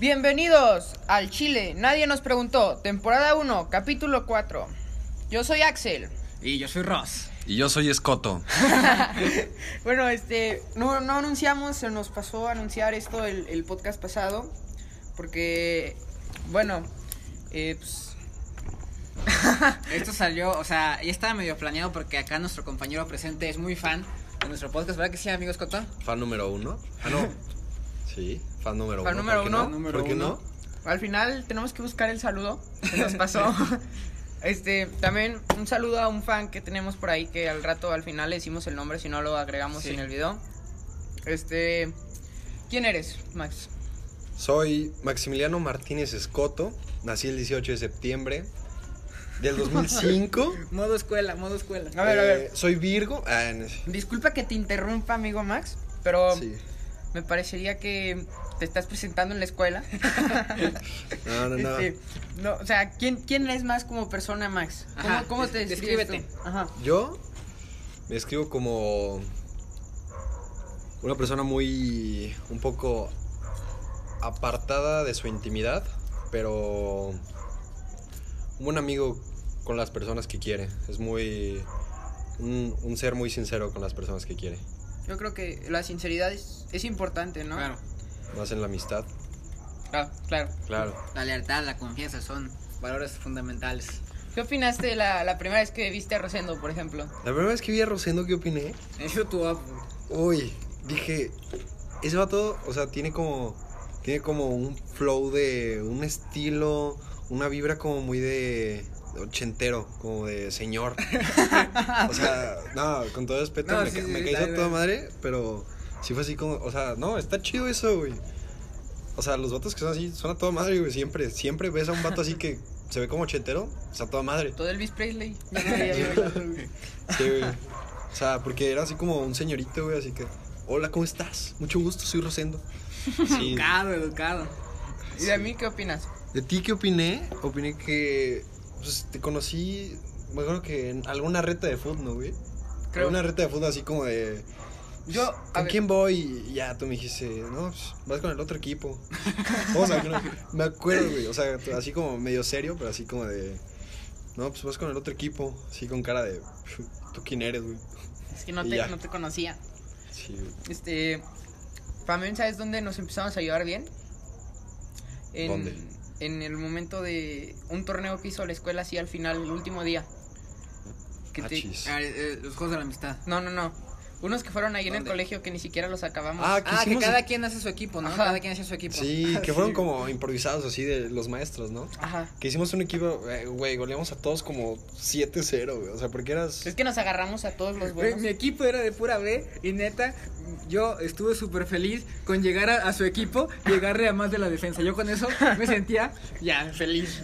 Bienvenidos al Chile, nadie nos preguntó, temporada 1, capítulo 4. Yo soy Axel. Y yo soy Ross. Y yo soy Escoto. Bueno, este, no, no anunciamos, se nos pasó a anunciar esto el, el podcast pasado, porque, bueno, eh, pues, Esto salió, o sea, ya estaba medio planeado porque acá nuestro compañero presente es muy fan de nuestro podcast, ¿verdad que sí, amigos Coto? Fan número uno. Ah, no. Sí, fan número Fan uno. número ¿por qué uno. no? Número ¿Por qué uno. no? al final tenemos que buscar el saludo, se nos pasó. Este, también un saludo a un fan que tenemos por ahí que al rato, al final le decimos el nombre si no lo agregamos Sí. en el video. Este, ¿quién eres, Max? Soy Maximiliano Martínez Escoto. Nací el 18 de septiembre del 2005. Modo escuela, modo escuela. A ver, a ver. Eh, soy Virgo. Ah, no, Disculpa que te interrumpa, amigo Max, pero sí. me parecería que te estás presentando en la escuela. No, no, no. Este, no, o sea, ¿quién, ¿quién es más como persona, Max? ¿Cómo, Ajá, cómo te des- describes descríbete. tú? Ajá. Yo me escribo como una persona muy un poco apartada de su intimidad, pero un buen amigo con las personas que quiere. Es muy un, un ser muy sincero con las personas que quiere, Yo creo que la sinceridad es, es importante, ¿no? Claro, más en la amistad. Ah, claro. Claro. la lealtad, la confianza son valores fundamentales. ¿Qué opinaste de la, la primera vez que viste a Rosendo, por ejemplo? La primera vez que vi a Rosendo, ¿qué opiné? Eso tu app. Uy, dije, ese vato, o sea, tiene como, tiene como un flow de, un estilo, una vibra como muy de ochentero, como de señor. o sea, no, con todo respeto, No, me, sí, ca- sí, me sí, caí la- a toda madre, pero sí fue así como, o sea, no, está chido eso, güey. O sea, los vatos que son así, son a toda madre, güey, siempre, siempre ves a un vato así que se ve como ochentero, está a toda madre. Todo Elvis Presley. Ya no había yo bailado, güey. Sí, güey. O sea, porque era así como un señorito, güey, así que, hola, ¿cómo estás? Mucho gusto, soy Rosendo. Sí. Educado, educado. ¿Y de mí qué opinas? ¿De ti qué opiné? Opiné que pues, te conocí, me acuerdo que en alguna reta de fútbol, ¿no, güey? Creo. Una reta de fútbol así como de... "Pues, Yo, a ¿Con ver, quién voy? Y ya tú me dijiste, no, pues, vas con el otro equipo. Vamos a ver, ¿no? me acuerdo, güey. O sea, así como medio serio, pero así como de. No, pues vas con el otro equipo. Así con cara de. ¿Tú quién eres, güey? es que no y te, ya. no te conocía. Sí, güey. Este, también sabes dónde nos empezamos a llevar bien. En, ¿Dónde? En el momento de un torneo que hizo la escuela así al final, el último día. Que te- Achis. A ver, eh, los juegos de la amistad. No, no, no. Unos que fueron ahí en el ¿Dónde? colegio que ni siquiera los acabamos. Ah, ¿Qué Ah, que hicimos? cada quien hace su equipo, ¿no? Ajá. Cada quien hace su equipo. Sí, que fueron como improvisados así de los maestros, ¿no? Ajá. Que hicimos un equipo, eh, güey, goleamos a todos como 7-0, güey. O sea, porque eras. Es que nos agarramos a todos los Güey, buenos. Mi equipo era de pura B y neta, yo estuve súper feliz con llegar a, a su equipo y llegarle a más de la defensa. Yo con eso me sentía ya feliz.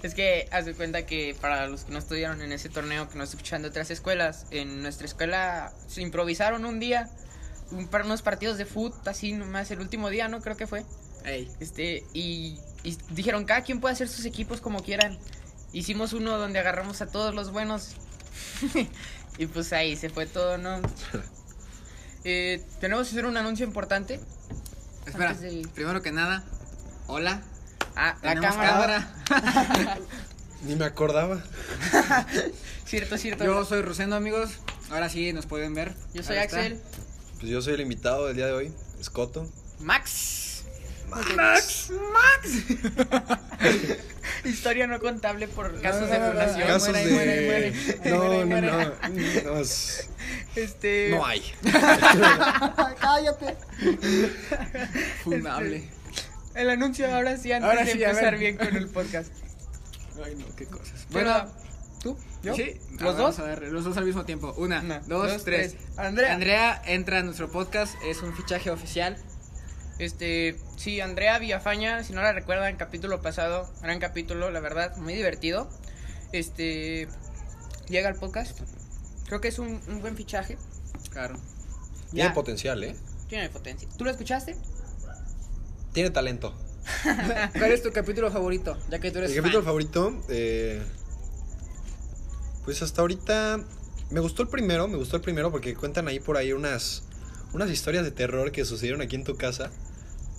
Es que haz de cuenta que para los que no estudiaron en ese torneo, que no escuchan de otras escuelas, en nuestra escuela se improvisaron un día un par- unos partidos de fútbol, así nomás el último día, ¿no? Creo que fue. Ey, Este, y, y dijeron, cada quien puede hacer sus equipos como quieran. Hicimos uno donde agarramos a todos los buenos. y pues ahí se fue todo, ¿no? Eh, Tenemos que hacer un anuncio importante. espera, Antes de- primero que nada, hola. Ah, la tenemos cámara. Ni me acordaba. Cierto, cierto. Yo soy Rosendo, amigos. Ahora sí nos pueden ver. Yo soy Ahí está. Axel. Pues yo soy el invitado del día de hoy, Escoto. Max. Max, Max. Historia no contable por Ah, casos de no, no, no. fundación. Casos muere, de. muere, muere. No, Muere, no, muere. no. No, es- Eh, Este. no hay. Cállate. Fundable. El anuncio ahora sí, antes Ahora de sí, a empezar ver. bien con el podcast. Ay, no, qué cosas. Bueno, Bueno, ¿tú? Este. ¿Yo? Sí, a ¿Los ver, dos? vamos a ver, los dos al mismo tiempo. Una, Una, dos, dos, tres. tres. Andrea. Andrea entra a nuestro podcast, es un fichaje oficial. Este, sí, Andrea Villafaña, si no la recuerdan, capítulo pasado, gran capítulo, la verdad, muy divertido. Este, llega al podcast. Creo que es un, un buen fichaje. Claro. Tiene Ya. potencial, ¿eh? Tiene potencia. ¿Tú lo escuchaste? Tiene talento. ¿Cuál es tu capítulo favorito? Ya que tú eres Mi capítulo fan. favorito, eh, pues hasta ahorita me gustó el primero, me gustó el primero porque cuentan ahí por ahí unas, unas historias de terror que sucedieron aquí en tu casa,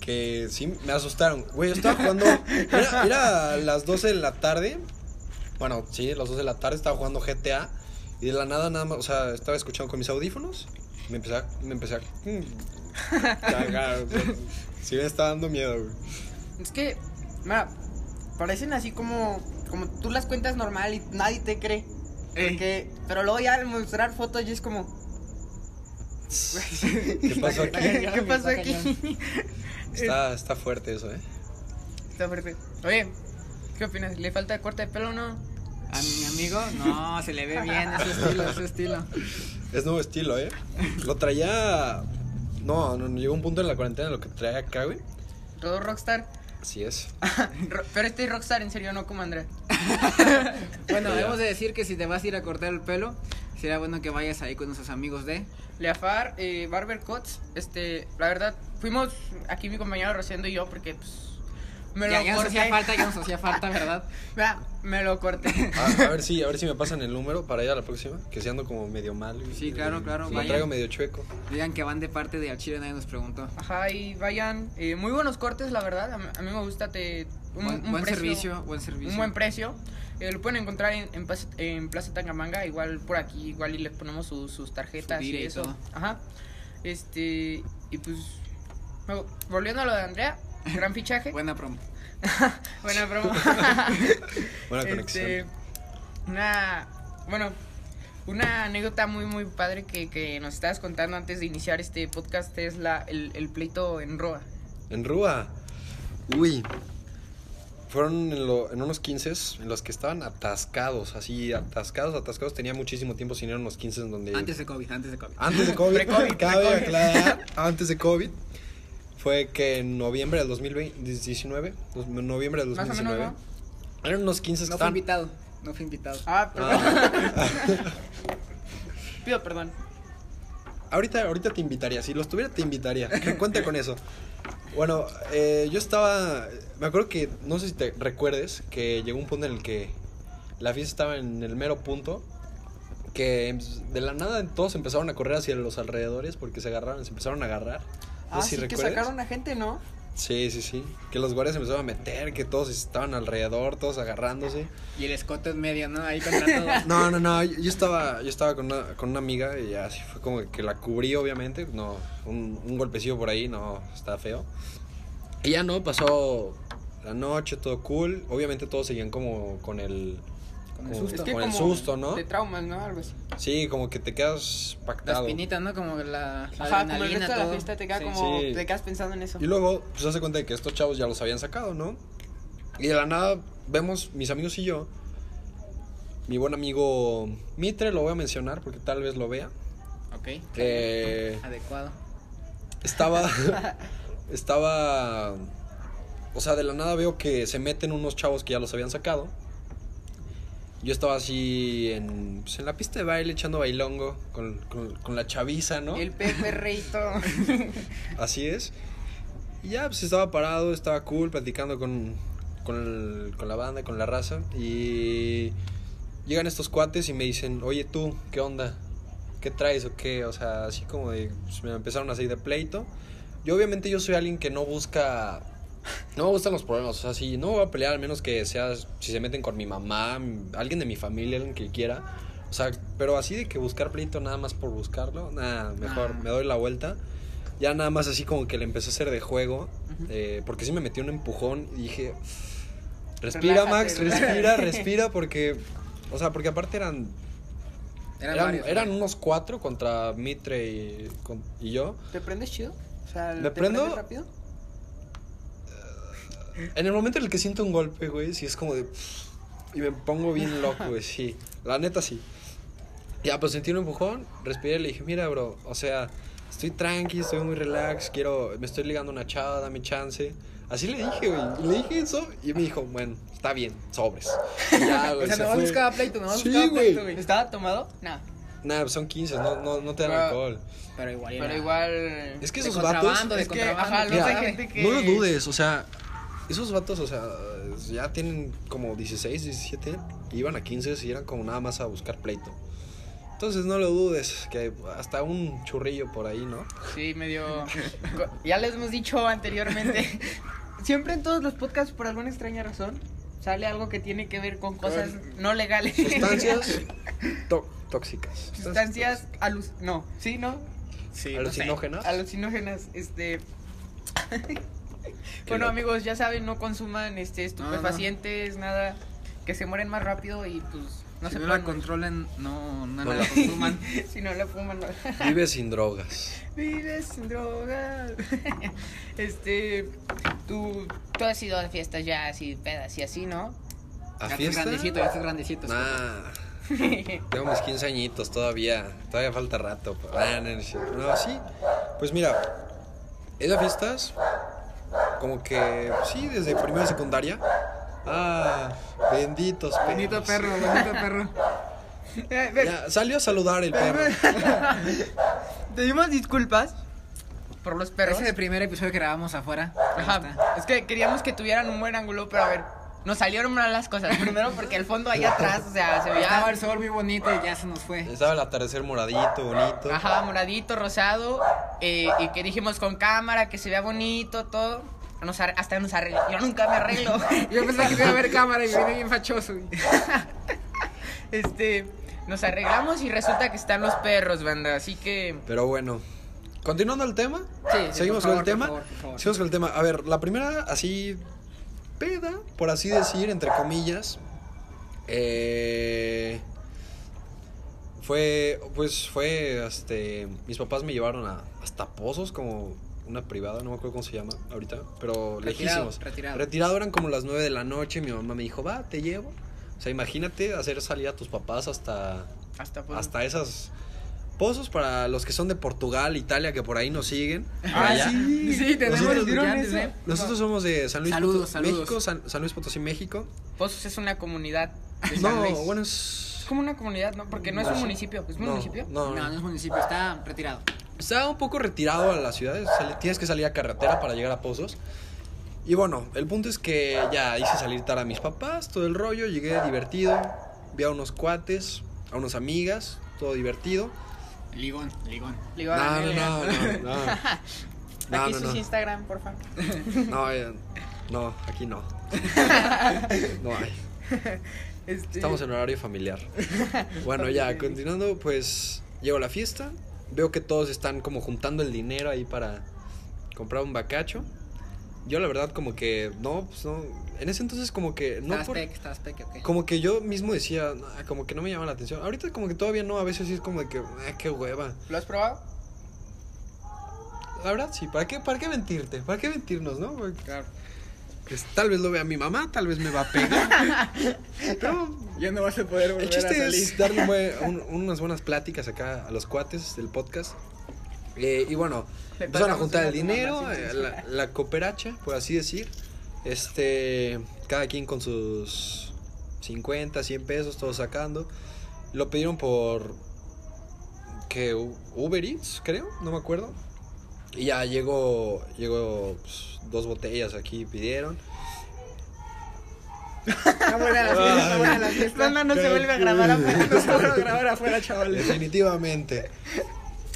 que que sí me asustaron. Güey, yo estaba jugando. Era, era a las 12 de la tarde. Bueno, sí, a las 12 de la tarde estaba jugando GTA. Y de la nada, nada más. O sea, estaba escuchando con mis audífonos. Me empecé a. Me empecé a. mm, cagar, o sea, sí, me está dando miedo, güey. Es que, mira, parecen así como, como tú las cuentas normal y nadie te cree. Ey. Porque, pero luego ya al mostrar fotos yo es como, ¿Qué pasó aquí? ¿qué, cañón, pasó está aquí? Está, está fuerte eso, ¿eh? Está fuerte. Oye, ¿qué opinas? ¿Le falta corte de pelo o no? A mi amigo, no, se le ve bien ese estilo, ese estilo. Es nuevo estilo, ¿eh? Lo traía. No, no, no, llegó un punto en la cuarentena en lo que traía acá, güey. Todo rockstar. Así es. Ro- pero este es rockstar, en serio, no como Andrea. Bueno, debemos de decir que si te vas a ir a cortar el pelo, será bueno que vayas ahí con nuestros amigos de. Leafar, eh, Barber Cuts, este, la verdad, fuimos aquí mi compañero Rosendo y yo porque, pues, me lo Ya, ya nos corté. hacía falta, ya nos hacía falta, ¿verdad? Mira, me lo corté. A, a ver si, a ver si me pasan el número para ir a la próxima, que si ando como medio mal. güey. Sí, claro, claro, Lo vayan. traigo medio chueco. Digan que van de parte de Al Chile, nadie nos preguntó. Ajá, y vayan. eh, muy buenos cortes, la verdad. A, mí- a mí me gusta. Te, un, buen un buen precio- servicio, buen servicio. Un buen precio. Eh, lo pueden encontrar en, en, Plaza, en Plaza Tangamanga, igual por aquí, igual y les ponemos su- sus tarjetas Su y dire y eso. todo. Ajá. Este, y pues, luego, volviendo a lo de Andrea, gran fichaje. Buena promo. Buena broma. Buena Este, conexión. una, bueno, una anécdota muy, muy padre que, que nos estabas contando antes de iniciar este podcast es la, el, el pleito en Roa. En Rúa. Uy. Fueron en, lo- en unos 15 en los que estaban atascados, así, atascados, atascados. Tenía muchísimo tiempo sin ir a unos 15 en donde. Antes de COVID, antes de COVID. Antes de COVID, Pre-COVID, cabe pre-COVID. aclarar, antes de COVID, fue que en noviembre del 2019, dos- noviembre del Más o menos, 2019, eran unos 15 que No fui estaban... invitado, no fui invitado. Ah, Ah, Pido perdón. Pues ahorita, ahorita te invitaría, si los tuviera te invitaría, que cuente con eso. Bueno, eh, yo estaba, me acuerdo que, no sé si te recuerdes, que llegó un punto en el que la fiesta estaba en el mero punto, que de la nada todos empezaron a correr hacia los alrededores porque se agarraron, se empezaron a agarrar. No Ah, sé si recuerdas. a gente, ¿no? Sí, sí, sí. Que los guardias se empezaron a meter, que todos estaban alrededor, todos agarrándose. Y el escote en medio, ¿no? Ahí contra todos. No, no, no. Yo yo estaba, yo estaba con una, con una amiga y así fue como que la cubrí, obviamente. No, un, un golpecillo por ahí, no, está feo. Y ya no, pasó la noche, todo cool. Obviamente todos seguían como con el. Con el como- susto. Es que con el como susto, ¿no? De traumas, ¿no? Algo así. Sí, como que te quedas La pactado. espinita, ¿no? Como la, la Ajá, como el adrenalina, resto de la todo. fiesta te queda Sí. como. Sí. Te quedas pensando en eso. Y luego, pues hace cuenta de que estos chavos ya los habían sacado, ¿no? Y de la nada vemos, mis amigos y yo, mi buen amigo Mitre, lo voy a mencionar porque tal vez lo vea. Ok. eh, Adecuado. estaba. estaba. O sea, de la nada veo que se meten unos chavos que ya los habían sacado. Yo estaba así en, pues, en la pista de baile echando bailongo con, con- con la chaviza, ¿no? El Pepe Reito. Así es. Y ya, pues estaba parado, estaba cool, platicando con, con, el- con la banda, con la raza. Y llegan estos cuates y me dicen, oye tú, ¿qué onda? ¿Qué traes o qué? O sea, así como de, pues, me empezaron a salir de pleito. Yo obviamente yo soy alguien que no busca... No me gustan los problemas, o sea, si no me voy a pelear, al menos que sea, si se meten con mi mamá, m- alguien de mi familia, alguien que quiera. O sea, pero así de que buscar pleito nada más por buscarlo, nada, mejor Ah. me doy la vuelta. Ya nada más así como que le empecé a hacer de juego, eh, porque sí me metió un empujón y dije, respira Relájate, Max, relájate". respira, respira, porque, o sea, porque aparte eran, Eran, eran- varios. eran unos cuatro contra Mitre y, con- y yo. ¿Te prendes chido? O sea, ¿Me ¿te prendo? prendes rápido? En el momento en el que siento un golpe, güey, sí es como de... Y me pongo bien loco, güey, sí. La neta, sí. Ya, pues sentí un empujón, respiré y le dije, mira, bro, o sea, estoy tranqui, estoy muy relax, quiero... Me estoy ligando a una chava, dame chance. Así le dije, güey. y Le dije eso y me dijo, bueno, está bien, sobres. Y Ya, O güey, sea, se nomás fue. buscaba pleito, nomás Sí, buscaba güey. pleito, güey. ¿Estaba tomado? No. Nah, pues son 15, no, no, no te dan Pero- alcohol. Pero igual Pero era- igual. Es que de esos vatos... contrabando, de Es que, contrabando. ajá, luego Mira, hay gente que. No lo dudes, o sea, esos vatos, o sea, ya tienen como 16, 17, iban a 15 y eran como nada más a buscar pleito. Entonces no lo dudes, que hasta un churrillo por ahí, ¿no? Sí, medio. co- ya les hemos dicho anteriormente. Siempre en todos los podcasts, por alguna extraña razón, sale algo que tiene que ver con cosas no legales. Sustancias tó- tóxicas. Sustancias alu- No, sí, no. Sí. A los- Alucinógenas. Alucinógenas, este. Qué bueno, loco. amigos, ya saben, no consuman este estupefacientes, nada. Que se mueren más rápido y pues no si se no pueden la controlan, no, no, No la la- consuman. si no la fuman, no. Vive sin drogas. Vives sin drogas. este. Tú, tú has ido a fiestas ya así, pedas y así, ¿no? ¿A ya fiesta? estás grandecito, ya estás grandecito. Nah. Tengo mis 15 añitos todavía. Todavía falta rato. pa- Ah, no, no es cierto. No, sí. Pues mira, he ido a fiestas. Como que, sí, desde primero de secundaria. Ah, benditos perros. Bonito perro, bonito perro. Eh, ve, Ya, salió a saludar el perro. Pedimos disculpas por los perros. Ese es el primer episodio que grabamos afuera. Ajá. Es que queríamos que tuvieran un buen ángulo, pero a ver, nos salieron mal las cosas. Primero porque el fondo allá atrás, o sea, se Estaba el veía. sol muy bonito y ya se nos fue. Estaba el atardecer moradito, bonito. Ah. Ajá, moradito, rosado. eh, y que dijimos con cámara, que se vea bonito, todo. Nos ar- hasta nos arregló. Yo nunca me arreglo. Yo pensaba que iba a haber cámara y viene bien fachoso. Este, nos arreglamos y resulta que están los perros, banda. Así que. Pero bueno, continuando el tema. Sí, sí, seguimos por con favor, el tema. por favor, por favor. Seguimos con el tema. A ver, la primera, así, peda, por así decir, entre comillas, eh, fue, pues fue, este, mis papás me llevaron a, hasta Pozos, como una privada, no me acuerdo cómo se llama ahorita, pero Retirado, lejísimos. retirado. Retirado eran como las 9 de la noche, mi mamá me dijo, va, te llevo. O sea, imagínate hacer salir a tus papás hasta Hasta pues. hasta esas pozos para los que son de Portugal, Italia, que por ahí nos siguen. Ah, Allá. sí, sí, tenemos Nosotros- estudiantes, ¿eh? Nosotros somos de San Luis Saludos, Potosí, saludos. México, San, San Luis Potosí, México. Pozos es una comunidad. de San No, Luis. bueno, es... Es como una comunidad, ¿no? Porque no es No, un sí. municipio. ¿Es un no, municipio? No, No, no es municipio, está retirado. Está un poco retirado a las ciudades, sale- tienes que salir a carretera para llegar a Pozos. Y bueno, el punto es que ya hice salir tarde a mis papás, todo el rollo, llegué divertido, vi a unos cuates, a unas amigas, todo divertido. Ligón, ligón. Le digo, No, a no, Daniel, no, no, no. No, Aquí no, sus no. Instagram, por favor. No, eh, no, aquí no. No hay. Este, Estamos en horario familiar. Bueno, ya, continuando, pues llego a la fiesta. Veo que todos están como juntando el dinero ahí para comprar un bacacho. Yo la verdad como que no, pues no. En ese entonces como que no Estabas por- peque, estabas peque, ok. como que yo mismo decía, "Ah, como que no me llama la atención. Ahorita como que todavía no, a veces sí es como de que, ah, qué hueva. ¿Lo has probado? La verdad sí, ¿para qué para qué mentirte? ¿Para qué mentirnos, no? Porque- Pues, tal vez lo vea mi mamá, tal vez me va a pegar. Pero Ya no vas a poder El chiste es darle un buen- un- unas buenas pláticas acá a los cuates del podcast. Eh, y bueno, Le empezaron a pagamos juntar una el dinero, toma, sí, eh, sí. la, la cooperacha, por así decir. Este, cada quien con sus 50, 100 pesos, todos sacando. Lo pidieron por que U- Uber Eats, creo, no me acuerdo. Y ya llegó, llegó pues, dos botellas aquí pidieron. Está buena la fiesta, está buena la No, fiesta. no, no se vuelve a grabar afuera. No se puede grabar afuera, chavales. Definitivamente.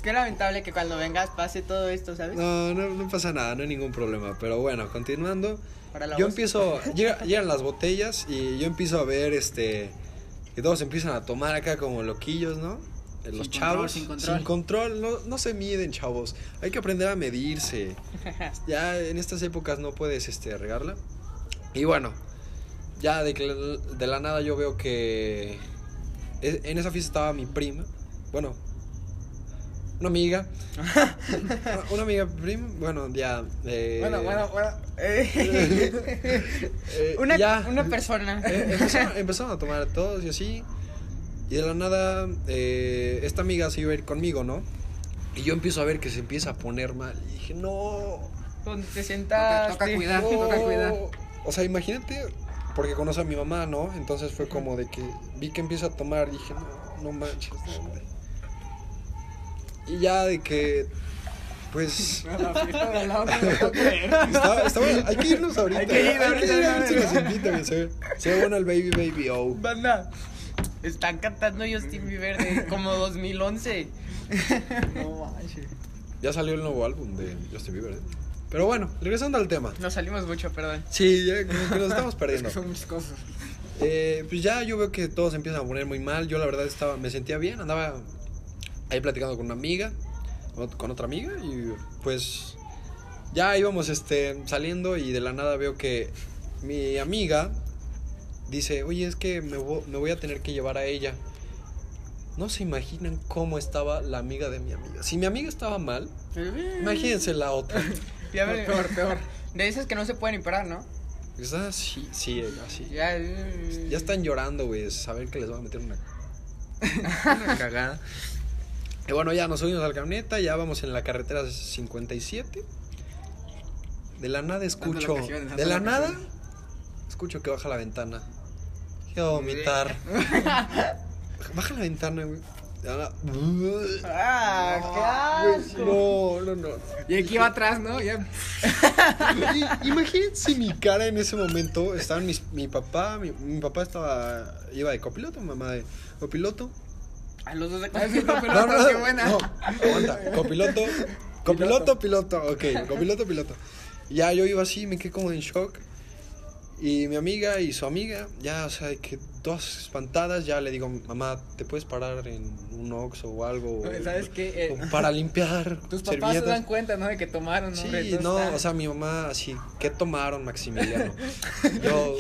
Qué lamentable que cuando vengas pase todo esto, ¿sabes? No, no, no pasa nada, no hay ningún problema. Pero bueno, continuando. Para la yo voz. empiezo, llega- llegan las botellas y yo empiezo a ver este. Que todos empiezan a tomar acá como loquillos, ¿no? Eh, Los Sin chavos. control, sin control. control, no, no se miden, chavos. Hay que aprender a medirse. Ya en estas épocas no puedes este, regarla. Y bueno, ya de, que- de la nada yo veo que. e- En esa fiesta estaba mi prima. Bueno, una amiga. Una- Una amiga prima. Bueno, ya. eh, Bueno, bueno, bueno. eh, una, ya. una persona. Eh, empezaron, empezaron a tomar todos y así. Y de la nada, eh, esta amiga se iba a ir conmigo, ¿no? Y yo empiezo a ver que se empieza a poner mal. Y dije, no. Donde te "Oh, sentas. Toca- toca cuidar. no". cuidar. O sea, imagínate, porque conoce a mi mamá, ¿no? Entonces fue como de que vi que empieza a tomar. Dije, no, no manches. no, hombre". y ya de que, pues. La fiesta de la otra, no puedo creer. Está, está bueno, hay que irnos ahorita. Hay que ir ahorita, ir a no, ver si no. nos invitan, güey, se ve- Se ve bueno el baby baby oh. Banda. Están cantando Justin Bieber de como 2011. No manches. Ya salió el nuevo álbum de Justin Bieber, ¿eh? Pero bueno, regresando al tema. Nos salimos mucho, perdón. Sí, ya como que nos estamos Es perdiendo. que son muchas cosas. Eh, pues ya yo veo que todos se empiezan a poner muy mal. Yo la verdad estaba, me sentía bien, andaba ahí platicando con una amiga, ot- con otra amiga y pues ya íbamos este, saliendo y de la nada veo que mi amiga dice, oye es que me, vo- me voy a tener que llevar a ella. No se imaginan cómo estaba la amiga de mi amiga. Si mi amiga estaba mal, imagínense la otra. Ya me- Peor, peor. De esas que no se pueden ni parar, ¿no? Está así, "Ah, sí, así. Ya, Ya están llorando, güey, saber que les van a meter una, una cagada. Y bueno, ya nos subimos a la camioneta, ya vamos en la carretera 57. De la nada escucho. locaciones, dando De la nada locaciones. escucho que baja la ventana. Quiero vomitar. Baja la ventana, güey. De la nada- Ah, qué asco. No, no, no. Y aquí va atrás, ¿no? Ya. I- Imagínense mi cara en ese momento. Estaban mis- mi papá, mi, mi papá estaba iba de copiloto, mamá de copiloto. A los dos de Ah, sí, está copiloto. pelota, qué buena. no, aguanta, copiloto, copiloto, piloto, ok, copiloto, piloto. Y Ya yo iba así, me quedé como en shock. Y mi amiga y su amiga, ya, o sea, de que todas espantadas, ya le digo, mamá, ¿te puedes parar en un Oxxo o algo? Oye, ¿sabes qué? Eh, O para limpiar Tus papás se dan cuenta, ¿no? De que tomaron, ¿no? Sí, hombre? Entonces, no, está- o sea, mi mamá así, ¿qué tomaron, Maximiliano? Yo,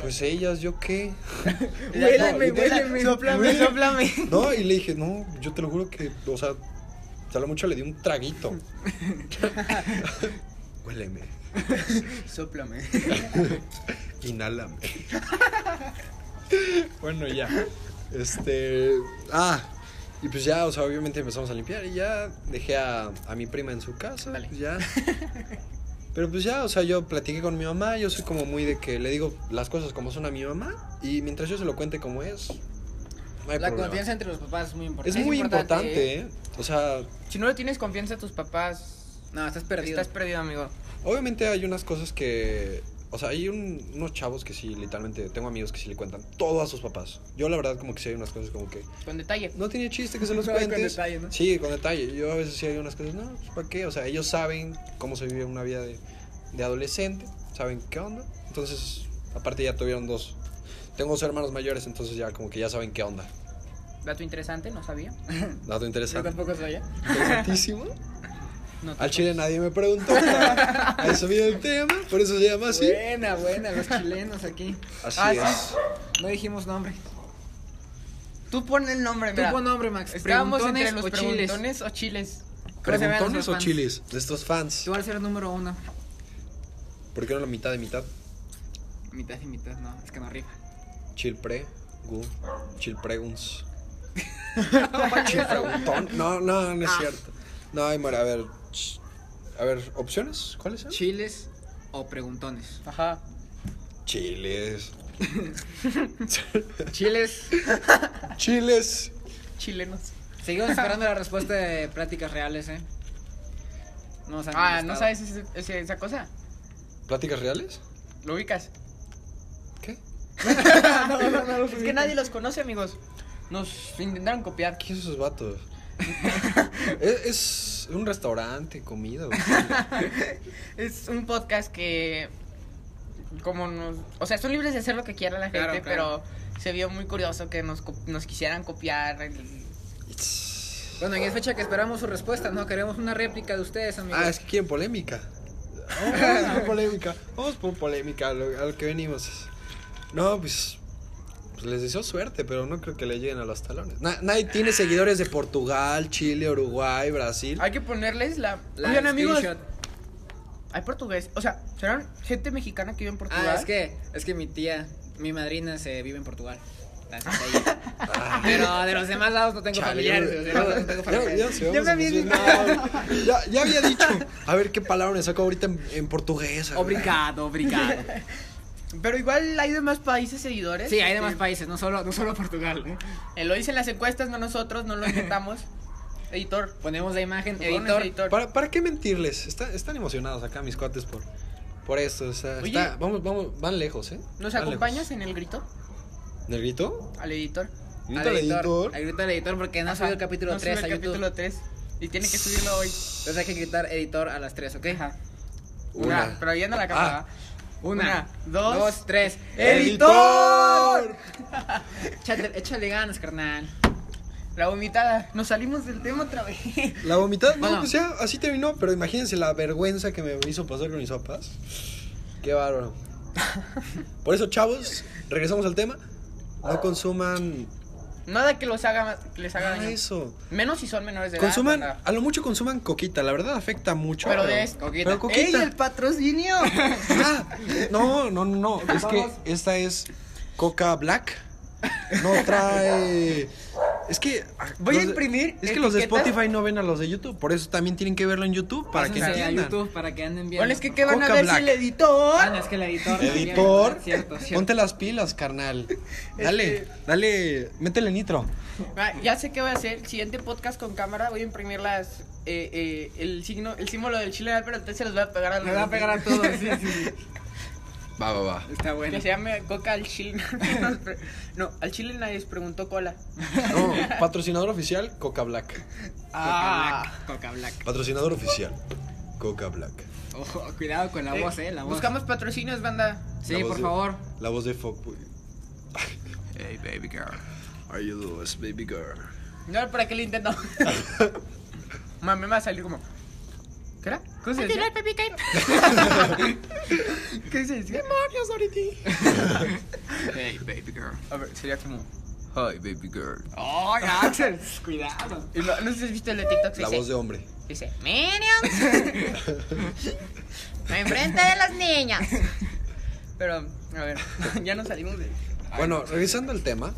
pues ellas, ¿yo qué? Huéleme, no, literal, huéleme. Soplame, Huéleme. soplame. No, y le dije, no, yo te lo juro que, o sea, a lo mucho le di un traguito. Huéleme, Soplame. inhálame. bueno, ya. Este, ah, y pues ya, o sea, obviamente empezamos a limpiar y ya dejé a, a mi prima en su casa, Vale. pues ya. Pero pues ya, o sea, yo platiqué con mi mamá, yo soy como muy de que le digo las cosas como son a mi mamá y mientras yo se lo cuente como es, no hay la problema. confianza entre los papás es muy Es importante. Es muy importante, importante, ¿eh? O sea, Si no le tienes confianza a tus papás, ¿eh? No, estás perdido. estás perdido, amigo. obviamente hay unas cosas que. O sea, hay un- unos chavos que sí, literalmente, tengo amigos que sí le cuentan todo a sus papás. Yo, la verdad, como que sí hay unas cosas como que. Con detalle. No tiene chiste que se los Con cuentes. detalle, ¿no? Sí, con detalle. Yo a veces sí hay unas cosas, no, pues, ¿para qué? O sea, ellos saben cómo se vive una vida de, de adolescente, saben qué onda. Entonces, aparte, ya tuvieron dos. Tengo dos hermanos mayores, entonces ya como que ya saben qué onda. Dato interesante, no sabía. Dato Yo interesante. tampoco ¿eh? sabía. Interesantísimo. No te- Al chile nadie me preguntó. A eso viene el tema, por eso se llama así. Buena, buena, los chilenos aquí. Así Ah, es. sí. No dijimos nombre. Tú pon el nombre, Tú mira. pon nombre, Max. Estábamos entre Preguntones los o chiles. preguntones o chiles. ¿Cómo se llaman ¿Preguntones nuestros o fans? chiles? Nuestros fans. Tú al ser el número uno. ¿Por qué no la mitad de mitad? Mitad y mitad, no, es que no rifa. Chilpre, gu, chilpreguns. Chilpreguntón. No, no, no es Ah. cierto. No, ay, Mara, a ver. ch- A ver, ¿opciones? ¿Cuáles son? Chiles o preguntones. Ajá. Chiles. Chiles. Chiles. Chilenos. Seguimos esperando la respuesta de prácticas reales, ¿eh? No, nos han Ah, ¿no contestado. sabes ese- ese- esa cosa? ¿Pláticas reales? ¿Lo ubicas? ¿Qué? Es que nadie los conoce, amigos. Nos intentaron copiar. ¿Qué son esos vatos? es, es un restaurante, comida. güey. Es un podcast que como nos, o sea, son libres de hacer lo que quiera la Claro, gente, claro. pero se vio muy curioso que nos, co- nos quisieran copiar. el- Bueno, y es fecha que esperamos su respuesta, ¿no? Queremos una réplica de ustedes, amigos. Ah, es que quieren polémica. Vamos por polémica. Vamos por polémica, a lo, a lo que venimos. No, pues, pues les deseo suerte, pero no creo que le lleguen a los talones. Na- nadie tiene seguidores de Portugal, Chile, Uruguay, Brasil. Hay que ponerles la, La Oigan, amigos, screenshot. hay portugués, o sea, serán gente mexicana que vive en Portugal. Ah, es que, es que mi tía, mi madrina se vive en Portugal. Gracias a ella. Ah, Pero de los demás lados no tengo chale, familiares. de los demás lados no tengo ya, ya, familiares. se vamos Ya me emocionados. Ya- ya había dicho. A ver qué palabra me saco ahorita en, en portugués. a ver. Obrigado, obrigado. Pero igual hay demás países seguidores. Sí, hay demás Este, países, no solo, no solo Portugal. ¿eh? eh, lo dicen las encuestas, no nosotros, no lo inventamos. Editor, Ponemos la imagen, Pones editor. editor. ¿Para, para qué mentirles? Está- están emocionados acá mis cuates por, por esto. o sea, Oye. está- vamos, vamos, van lejos, ¿eh? ¿Nos Van acompañas lejos. en el grito ¿En el grito? al editor? ¿Neta el editor? Al editor, al editor, porque no ha Ajá, subido el capítulo no subió 3 a el YouTube. capítulo 3. Y tiene que subirlo hoy. Entonces hay que gritar editor a las 3, ¿ok? Ajá. Una. Una. Pero viendo la cámara. Ah, Una, dos, dos, tres. ¡Editor! Échale, échale ganas, carnal. La vomitada. Nos salimos del tema otra vez. La vomitada, no, Bueno. pues ya, así terminó, pero imagínense la vergüenza que me hizo pasar con mis papás. Qué bárbaro. Por eso, chavos, regresamos al tema. No consuman Nada que los haga más- que les haga nada daño. de eso. Menos si son menores de edad. Consuman, banda. a lo mucho consuman coquita, la verdad afecta mucho. Pero de esto. coquita. Pero coquita. ¡Ey, el patrocinio! Ah, no, no, no, no. Es que Vamos. esta es Coca Black. No trae. Es que. ah, Voy a los de- imprimir Es que los de etiquetas. Spotify no ven a los de YouTube. Por eso también tienen que verlo en YouTube para que Pásense a entiendan. YouTube para que anden bien. Bueno, es que ¿qué van a Coca ver Black. si el editor? Ah, no, es que el editor. también, Editor, Cierto, cierto. ponte las pilas, carnal. Dale, Este- dale, métele nitro. Ah, Ya sé qué voy a hacer. El siguiente podcast con cámara voy a imprimir las eh, eh, el signo, el símbolo del chile, pero entonces se los voy a pegar a los Me va a pegar a todos. Sí, sí, sí. Va, va, va. Está bueno. Que se llame coca al chile. no, al chile nadie les preguntó cola. No, patrocinador oficial, Coca Black. Ah. Coca Black. Coca Black. Patrocinador oficial, Coca Black. Ojo, cuidado con la Eh, voz, eh. La voz. Buscamos patrocinios, banda. Sí, La voz por de- favor. La voz de Fuckboy. Hey, baby girl. Are you the best baby girl? No, ¿para qué le intento? Mami, me va a salir como. ¿Qué era? ¿Cómo se decía? ¿Qué se decía? Hey, baby girl. A ver, sería como. Hi, baby girl. Oh, Axel, cuidado. y lo- no sé si has visto el de TikTok. La dice- voz de hombre. Dice, Minions. Enfrente de las niñas. Pero, a ver, ya nos salimos de. Bueno, revisando el tema,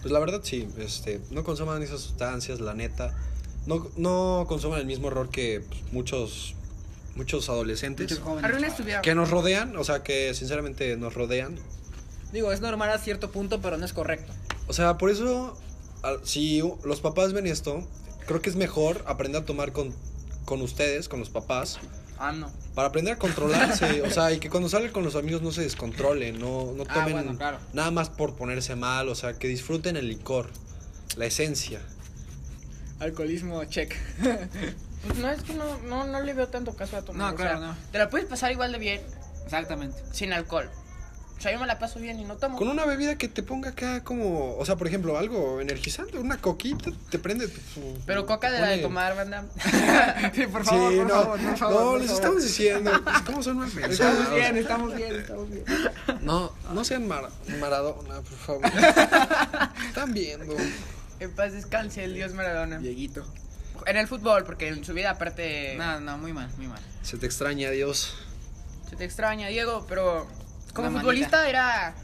pues la verdad sí, este, no consuman esas sustancias, la neta. No, no consuman el mismo error que pues, muchos, muchos adolescentes Arruina tu vida. que nos rodean, o sea, que sinceramente nos rodean. Digo, es normal a cierto punto, pero no es correcto. O sea, por eso, al- si u- los papás ven esto, creo que es mejor aprender a tomar con, con ustedes, con los papás, Ah, no. para aprender a controlarse. o sea, y que cuando salen con los amigos no se descontrolen, no, no Ah, tomen bueno, claro. nada más por ponerse mal, o sea, que disfruten el licor, la esencia. Alcoholismo, check. Pues no, es que no, no, no le veo tanto caso a tomar. No, o claro, sea, no. Te la puedes pasar igual de bien Exactamente. sin alcohol. O sea, yo me la paso bien y no tomo. Con una bebida que te ponga acá como, o sea, por ejemplo, algo energizante, una coquita, te prende. Pero coca de la de tomar, banda. Sí, por Sí, favor, por favor, por no, favor. no, por les favor. estamos diciendo, ¿cómo son mal Estamos pensados? bien, estamos bien, estamos bien. No, no sean mar- Maradona, por favor. Están viendo. En paz descanse el dios Maradona. Dieguito. En el fútbol, porque en su vida aparte... No, no, muy mal, muy mal. Se te extraña, Dios. Se te extraña, Diego, pero como Una futbolista era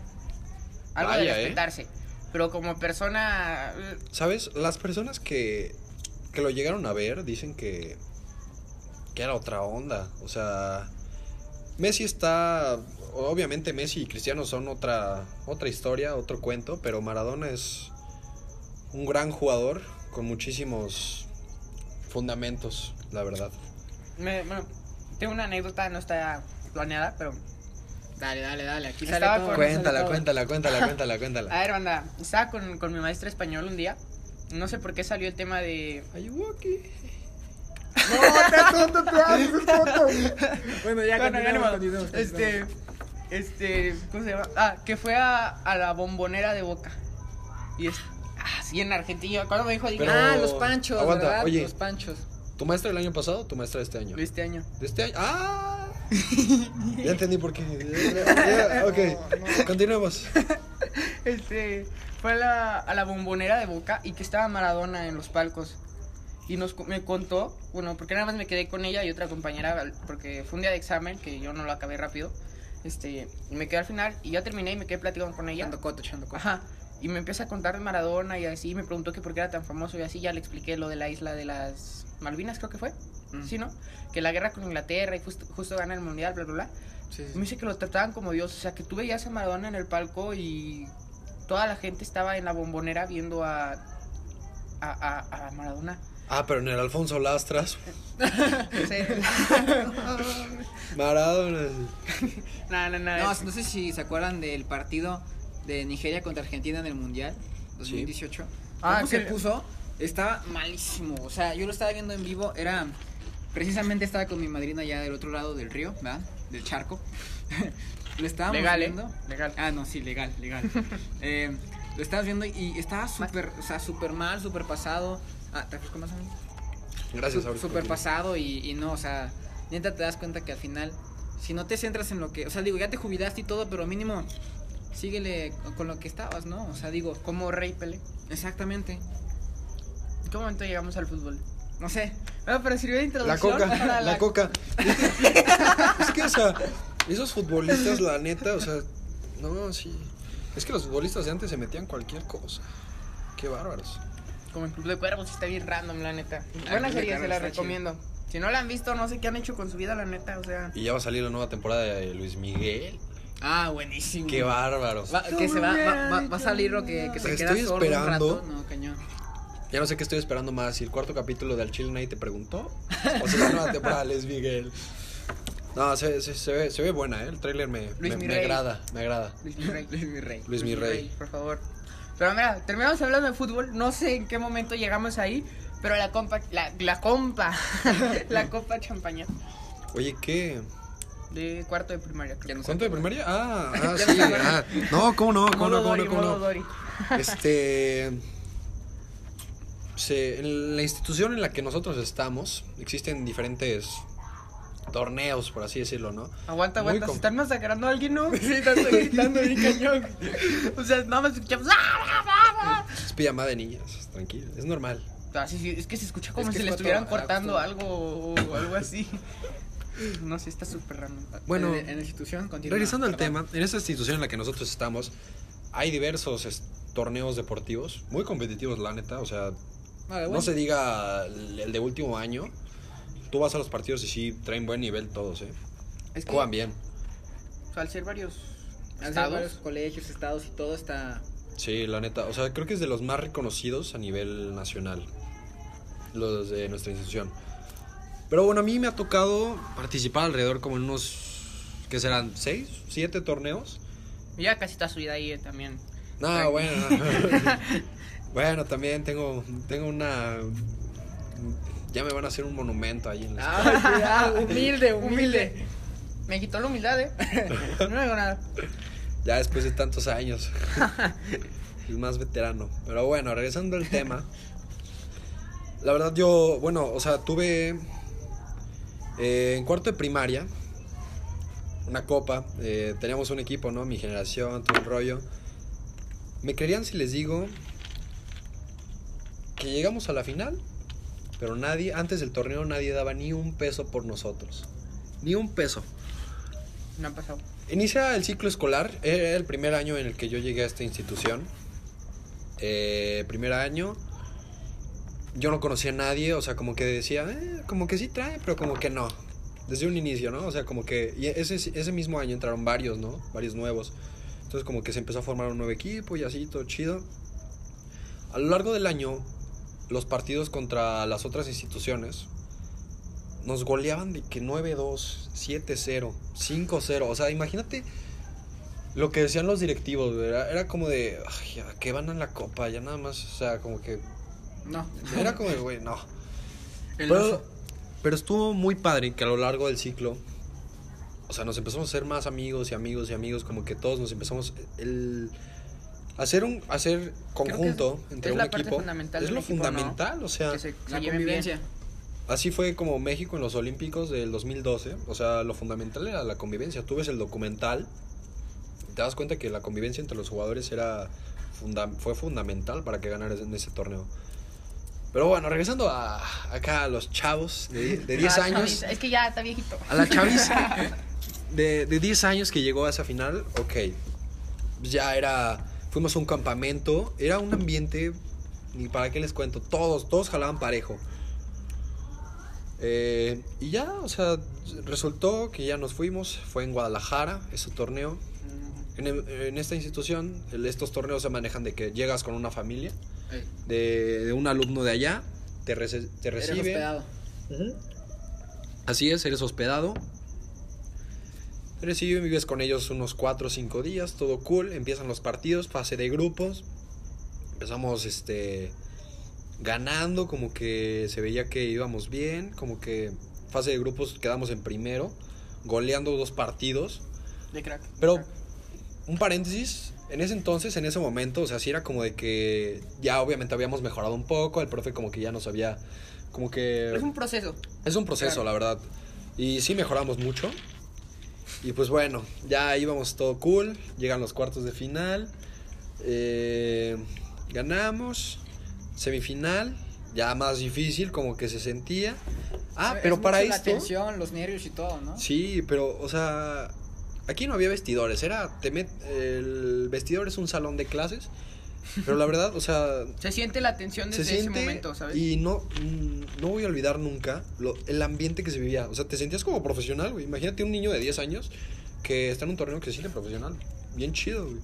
algo de Vaya, ¿eh? respetarse. Pero como persona, eh, ¿Sabes? Las personas que, que lo llegaron a ver dicen que, que era otra onda. O sea, Messi está... Obviamente Messi y Cristiano son otra, otra historia, otro cuento, pero Maradona es un gran jugador con muchísimos fundamentos, la verdad. me- bueno, tengo una anécdota, no está planeada, pero... Dale, dale, dale. Aquí Estaba sale todo. con- Cuéntala, cuéntala, cuéntala, cuéntala, cuéntala. A ver, banda, estaba con, con mi maestra español un día. No sé por qué salió el tema de... Are you okay? Bueno, ya Bueno, ya continuamos, no, continuamos, este, este, ¿cómo se llama? Ah, que fue a, a la bombonera de Boca. Y es... Ah, sí, en Argentina. Cuando me dijo, dije, Pero- Ah, los panchos, Aguanta, ¿verdad? oye. Los panchos. ¿Tu maestra del año pasado o tu maestra de este año? "Ah, este año. De este año. ¡Ah! ya entendí por qué. Ya, ok, continuemos. Este, fue a la, a la bombonera de Boca y que estaba Maradona en los palcos. Y nos, cu- me contó, bueno, porque nada más me quedé con ella y otra compañera, al- porque fue un día de examen que yo no lo acabé rápido. Este, y me quedé al final y ya terminé y me quedé platicando con ella. Echando coto, echando coto. Ajá. Y me empieza a contar de Maradona y así, y me preguntó que por qué era tan famoso y así, ya le expliqué lo de la isla de las Malvinas, creo que fue, Mm. ¿sí, no? Que la guerra con Inglaterra y justo, justo gana el mundial, bla, bla, bla. Sí, sí, Me dice que lo trataban como Dios, o sea, que tú veías a Maradona en el palco y toda la gente estaba en la bombonera viendo a, a, a, a Maradona. Ah, pero en el Alfonso Lastras. No sé. Maradona. no, no, no. No, es- no sé si se acuerdan del partido de Nigeria contra Argentina en el Mundial. 2018. Ah, ¿Cómo se que- puso? Estaba malísimo. O sea, yo lo estaba viendo en vivo. Era. Precisamente estaba con mi madrina allá del otro lado del río, ¿verdad? Del charco. lo estábamos Legal, ¿eh? viendo. Legal. Ah, no, sí, legal, legal. Eh, lo estabas viendo y estaba súper, o sea, súper mal, súper pasado. Ah, ¿te acuerdas más a mí? Gracias, Sup- ahorita Súper continúo. pasado y, y no, o sea, neta te das cuenta que al final, si no te centras en lo que, o sea, digo, ya te jubilaste y todo, pero mínimo, síguele con lo que estabas, ¿no? O sea, digo, Como Rey Pelé. exactamente, ¿En qué momento llegamos al fútbol? no sé. Ah, pero sirvió de La introducción. coca, para la, coca. es que, o sea, esos futbolistas, la neta, o sea, no, sí. Es que los futbolistas de antes se metían cualquier cosa. Qué bárbaros. Como el Club de Cuervos, está bien random, la neta. Ah, Buena Club de serie, se Cuervos la está recomiendo. Si no la han visto, no sé qué han hecho con su vida, la neta, o sea. Y ya va a salir la nueva temporada de Luis Miguel. Ah, buenísimo. Qué bárbaros. Va- que se va, va, va- va a salir o que, que se Te queda estoy solo un esperando. rato. No, cañón. Ya no sé qué estoy esperando más. Si el cuarto capítulo del Chile nadie te preguntó. O si la nueva temporada de Luis Miguel. No, se, se- se ve, se ve buena, ¿eh? El tráiler me, Luis me, me Mirrey. agrada, me agrada. Luis Miguel. Luis mi rey. Luis mi rey. Por favor. Pero mira, terminamos hablando de fútbol. No sé en qué momento llegamos ahí, pero la compa, la, la compa, la copa champaña Oye, ¿qué? de cuarto de primaria. creo. Ya no sé. ¿Cuánto de primaria? Ah, ah, sí. ah. No, ¿cómo no? Modo ¿Cómo no? ¿Cómo no? Dory, ¿Cómo modo no? Dory. Este. se- en la institución en la que nosotros estamos, existen diferentes torneos, por así decirlo, ¿no? Aguanta, Muy aguanta, se com- están masacrando a alguien, ¿no? Sí, están gritando bien cañón. O sea, nada más escuchamos. ¡ah, ah, ah, Es pijama de niñas, tranquilo, es normal. ah! Ah, sí, sí, es que se escucha como Es que si le es cuatro- estuvieran ah, cortando justo. algo o algo así. No sé, está súper random. Bueno, en, en la institución, continúa. Regresando al Perdón. tema, en esta institución en la que nosotros estamos, hay diversos es- torneos deportivos, muy competitivos, la neta, o sea, Ah, de No bueno. se diga el el de último año. Tú vas a los partidos y sí traen buen nivel todos, ¿eh? Es que, Juegan bien. o sea, al ser varios Han sido estados, varios colegios, estados y todo está... Sí, la neta. O sea, creo que es de los más reconocidos a nivel nacional. Los de nuestra institución. Pero bueno, a mí me ha tocado participar alrededor como en unos, ¿qué serán? ¿Seis? ¿Siete torneos? Ya casi toda su vida ahí eh, también. No, bueno. bueno, también tengo, tengo una... Ya me van a hacer un monumento ahí en la Ah, escuela. humilde, humilde. Me quitó la humildad, ¿eh? No digo nada. Ya después de tantos años. El más veterano. Pero bueno, regresando al tema. La verdad yo, bueno, o sea, tuve eh, en cuarto de primaria una copa. eh, teníamos un equipo, ¿no? Mi generación, todo el rollo. Me creerían si les digo que llegamos a la final, pero nadie, antes del torneo nadie daba ni un peso por nosotros. Ni un peso. No ha pasado. Inicia el ciclo escolar, era el primer año en el que yo llegué a esta institución. Eh, primer año, yo no conocía a nadie, o sea, como que decía, "Eh, como que sí trae, pero como que no. Desde un inicio, ¿no? O sea, como que y ese, ese mismo año entraron varios, ¿no? Varios nuevos. Entonces como que se empezó a formar un nuevo equipo y así, todo chido. A lo largo del año, los partidos contra las otras instituciones, nos goleaban de que 9-2, 7-0, 5-0. O sea, imagínate lo que decían los directivos, güey, Era, era como de, "Ay, ¿a qué van a la copa? Ya nada más, o sea, como que. No. Era como de, güey, no. El Pero, pero estuvo muy padre que a lo largo del ciclo, o sea, nos empezamos a ser más amigos y amigos y amigos, como que todos nos empezamos. El, hacer un hacer que es- conjunto entre es un la parte equipo fundamental es de lo un equipo, ¿no? fundamental, o sea. Que se, se La lleven convivencia. bien. Así fue como México en los Olímpicos del 2012. O sea, lo fundamental era la convivencia. Tú ves el documental y te das cuenta que la convivencia entre los jugadores era funda- fue fundamental para que ganaras en ese torneo. Pero bueno, regresando a, acá a los chavos de, de 10 Ah, años. chavita, Es que ya está viejito. A la chaviza eh, de, de 10 años que llegó a esa final, ok. Ya era. Fuimos a un campamento. Era un ambiente. Ni para qué les cuento. Todos, todos jalaban parejo. Eh, y ya, o sea, resultó que ya nos fuimos. Fue en Guadalajara ese torneo. En, el- en esta institución, el- estos torneos se manejan de que llegas con una familia, Ey, de, de un alumno de allá, te, rece- te eres recibe. hospedado. Así es, eres hospedado. Eres y vives con ellos unos 4 o 5 días, todo cool. Empiezan los partidos, fase de grupos. empezamos este ganando, como que se veía que íbamos bien, como que fase de grupos quedamos en primero, goleando dos partidos. De crack. Pero un paréntesis, en ese entonces, en ese momento, o sea, sí era como de que ya obviamente habíamos mejorado un poco, el profe como que ya nos había como que Es un proceso. es un proceso, Claro. la verdad. Y sí mejoramos mucho. Y pues bueno, ya íbamos todo cool. Llegan los cuartos de final. eh, ganamos. Semifinal. Ya más difícil, como que se sentía. Ah, Es pero mucho para La esto. tensión, los nervios y todo, ¿no? Sí, pero, o sea, aquí no había vestidores, era, te met- el vestidor es un salón de clases, pero la verdad, o sea, Se siente la tensión se desde siente ese momento, ¿sabes? y no, mm, no voy a olvidar nunca lo- el ambiente que se vivía, o sea, te sentías como profesional, güey, imagínate un niño de 10 años que está en un torneo que se siente profesional, bien chido, güey.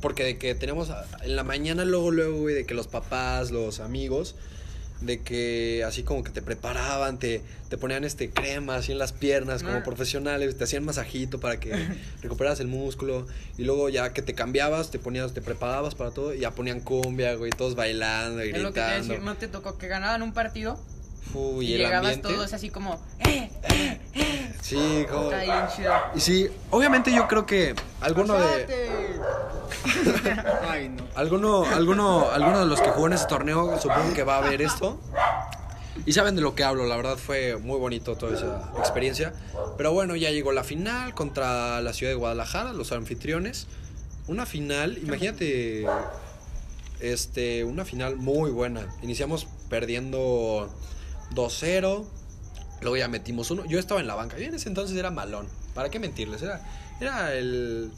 Porque de que tenemos a- en la mañana luego, luego, güey, de que los papás, los amigos, de que así como que te preparaban, te, te ponían este crema así en las piernas como Ah. profesionales, te hacían masajito para que recuperaras el músculo y luego ya que te cambiabas, te ponías, te preparabas para todo y ya ponían cumbia, güey, todos bailando y es lo que te iba a gritando. decir, no te tocó que ganaban un partido Uy, y, el llegabas ambiente. todos así como, ¡eh! Sí, como- Está bien chido. Y sí, obviamente yo creo que alguno de Ay, no. Alguno, alguno, alguno de los que jugó en ese torneo supongo que va a ver esto. Y saben de lo que hablo, la verdad fue muy bonito toda esa experiencia. Pero bueno, ya llegó la final contra la ciudad de Guadalajara, los anfitriones. Una final, imagínate, este, una final muy buena. Iniciamos perdiendo 2-0, luego ya metimos uno. Yo estaba en la banca, yo en ese entonces era malón, ¿para qué mentirles? Era, era el...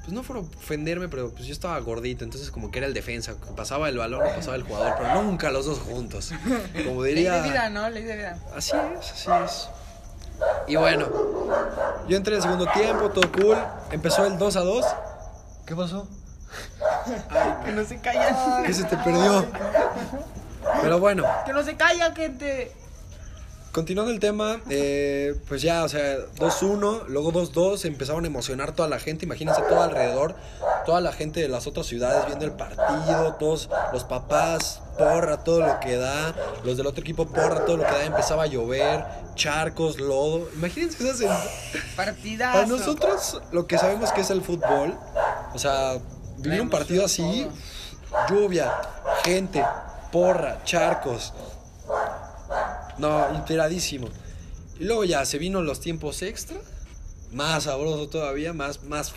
Pues no por ofenderme, pero pues yo estaba gordito, entonces como que era el defensa, que pasaba el balón, o pasaba el jugador, pero nunca los dos juntos. Como Ley de vida, diría... ¿no? Ley de vida. Así es, así es. Y bueno, yo entré en el segundo tiempo, todo cool, empezó el 2 a 2. ¿Qué pasó? Que no se callan. ¿Qué se te perdió? Pero bueno, Que no se callan, gente. Continuando el tema, eh, pues ya, o sea, 2-1, luego 2-2, empezaron a emocionar toda la gente, imagínense todo alrededor, toda la gente de las otras ciudades viendo el partido, todos los papás, porra, todo lo que da, los del otro equipo, porra, todo lo que da, empezaba a llover, charcos, lodo, imagínense esa sen- Partidazo. Para nosotros, lo que sabemos que es el fútbol, o sea, vivir un partido así, lluvia, gente, porra, charcos, no, enteradísimo. Y luego ya se vino los tiempos extra, más sabroso todavía, más, más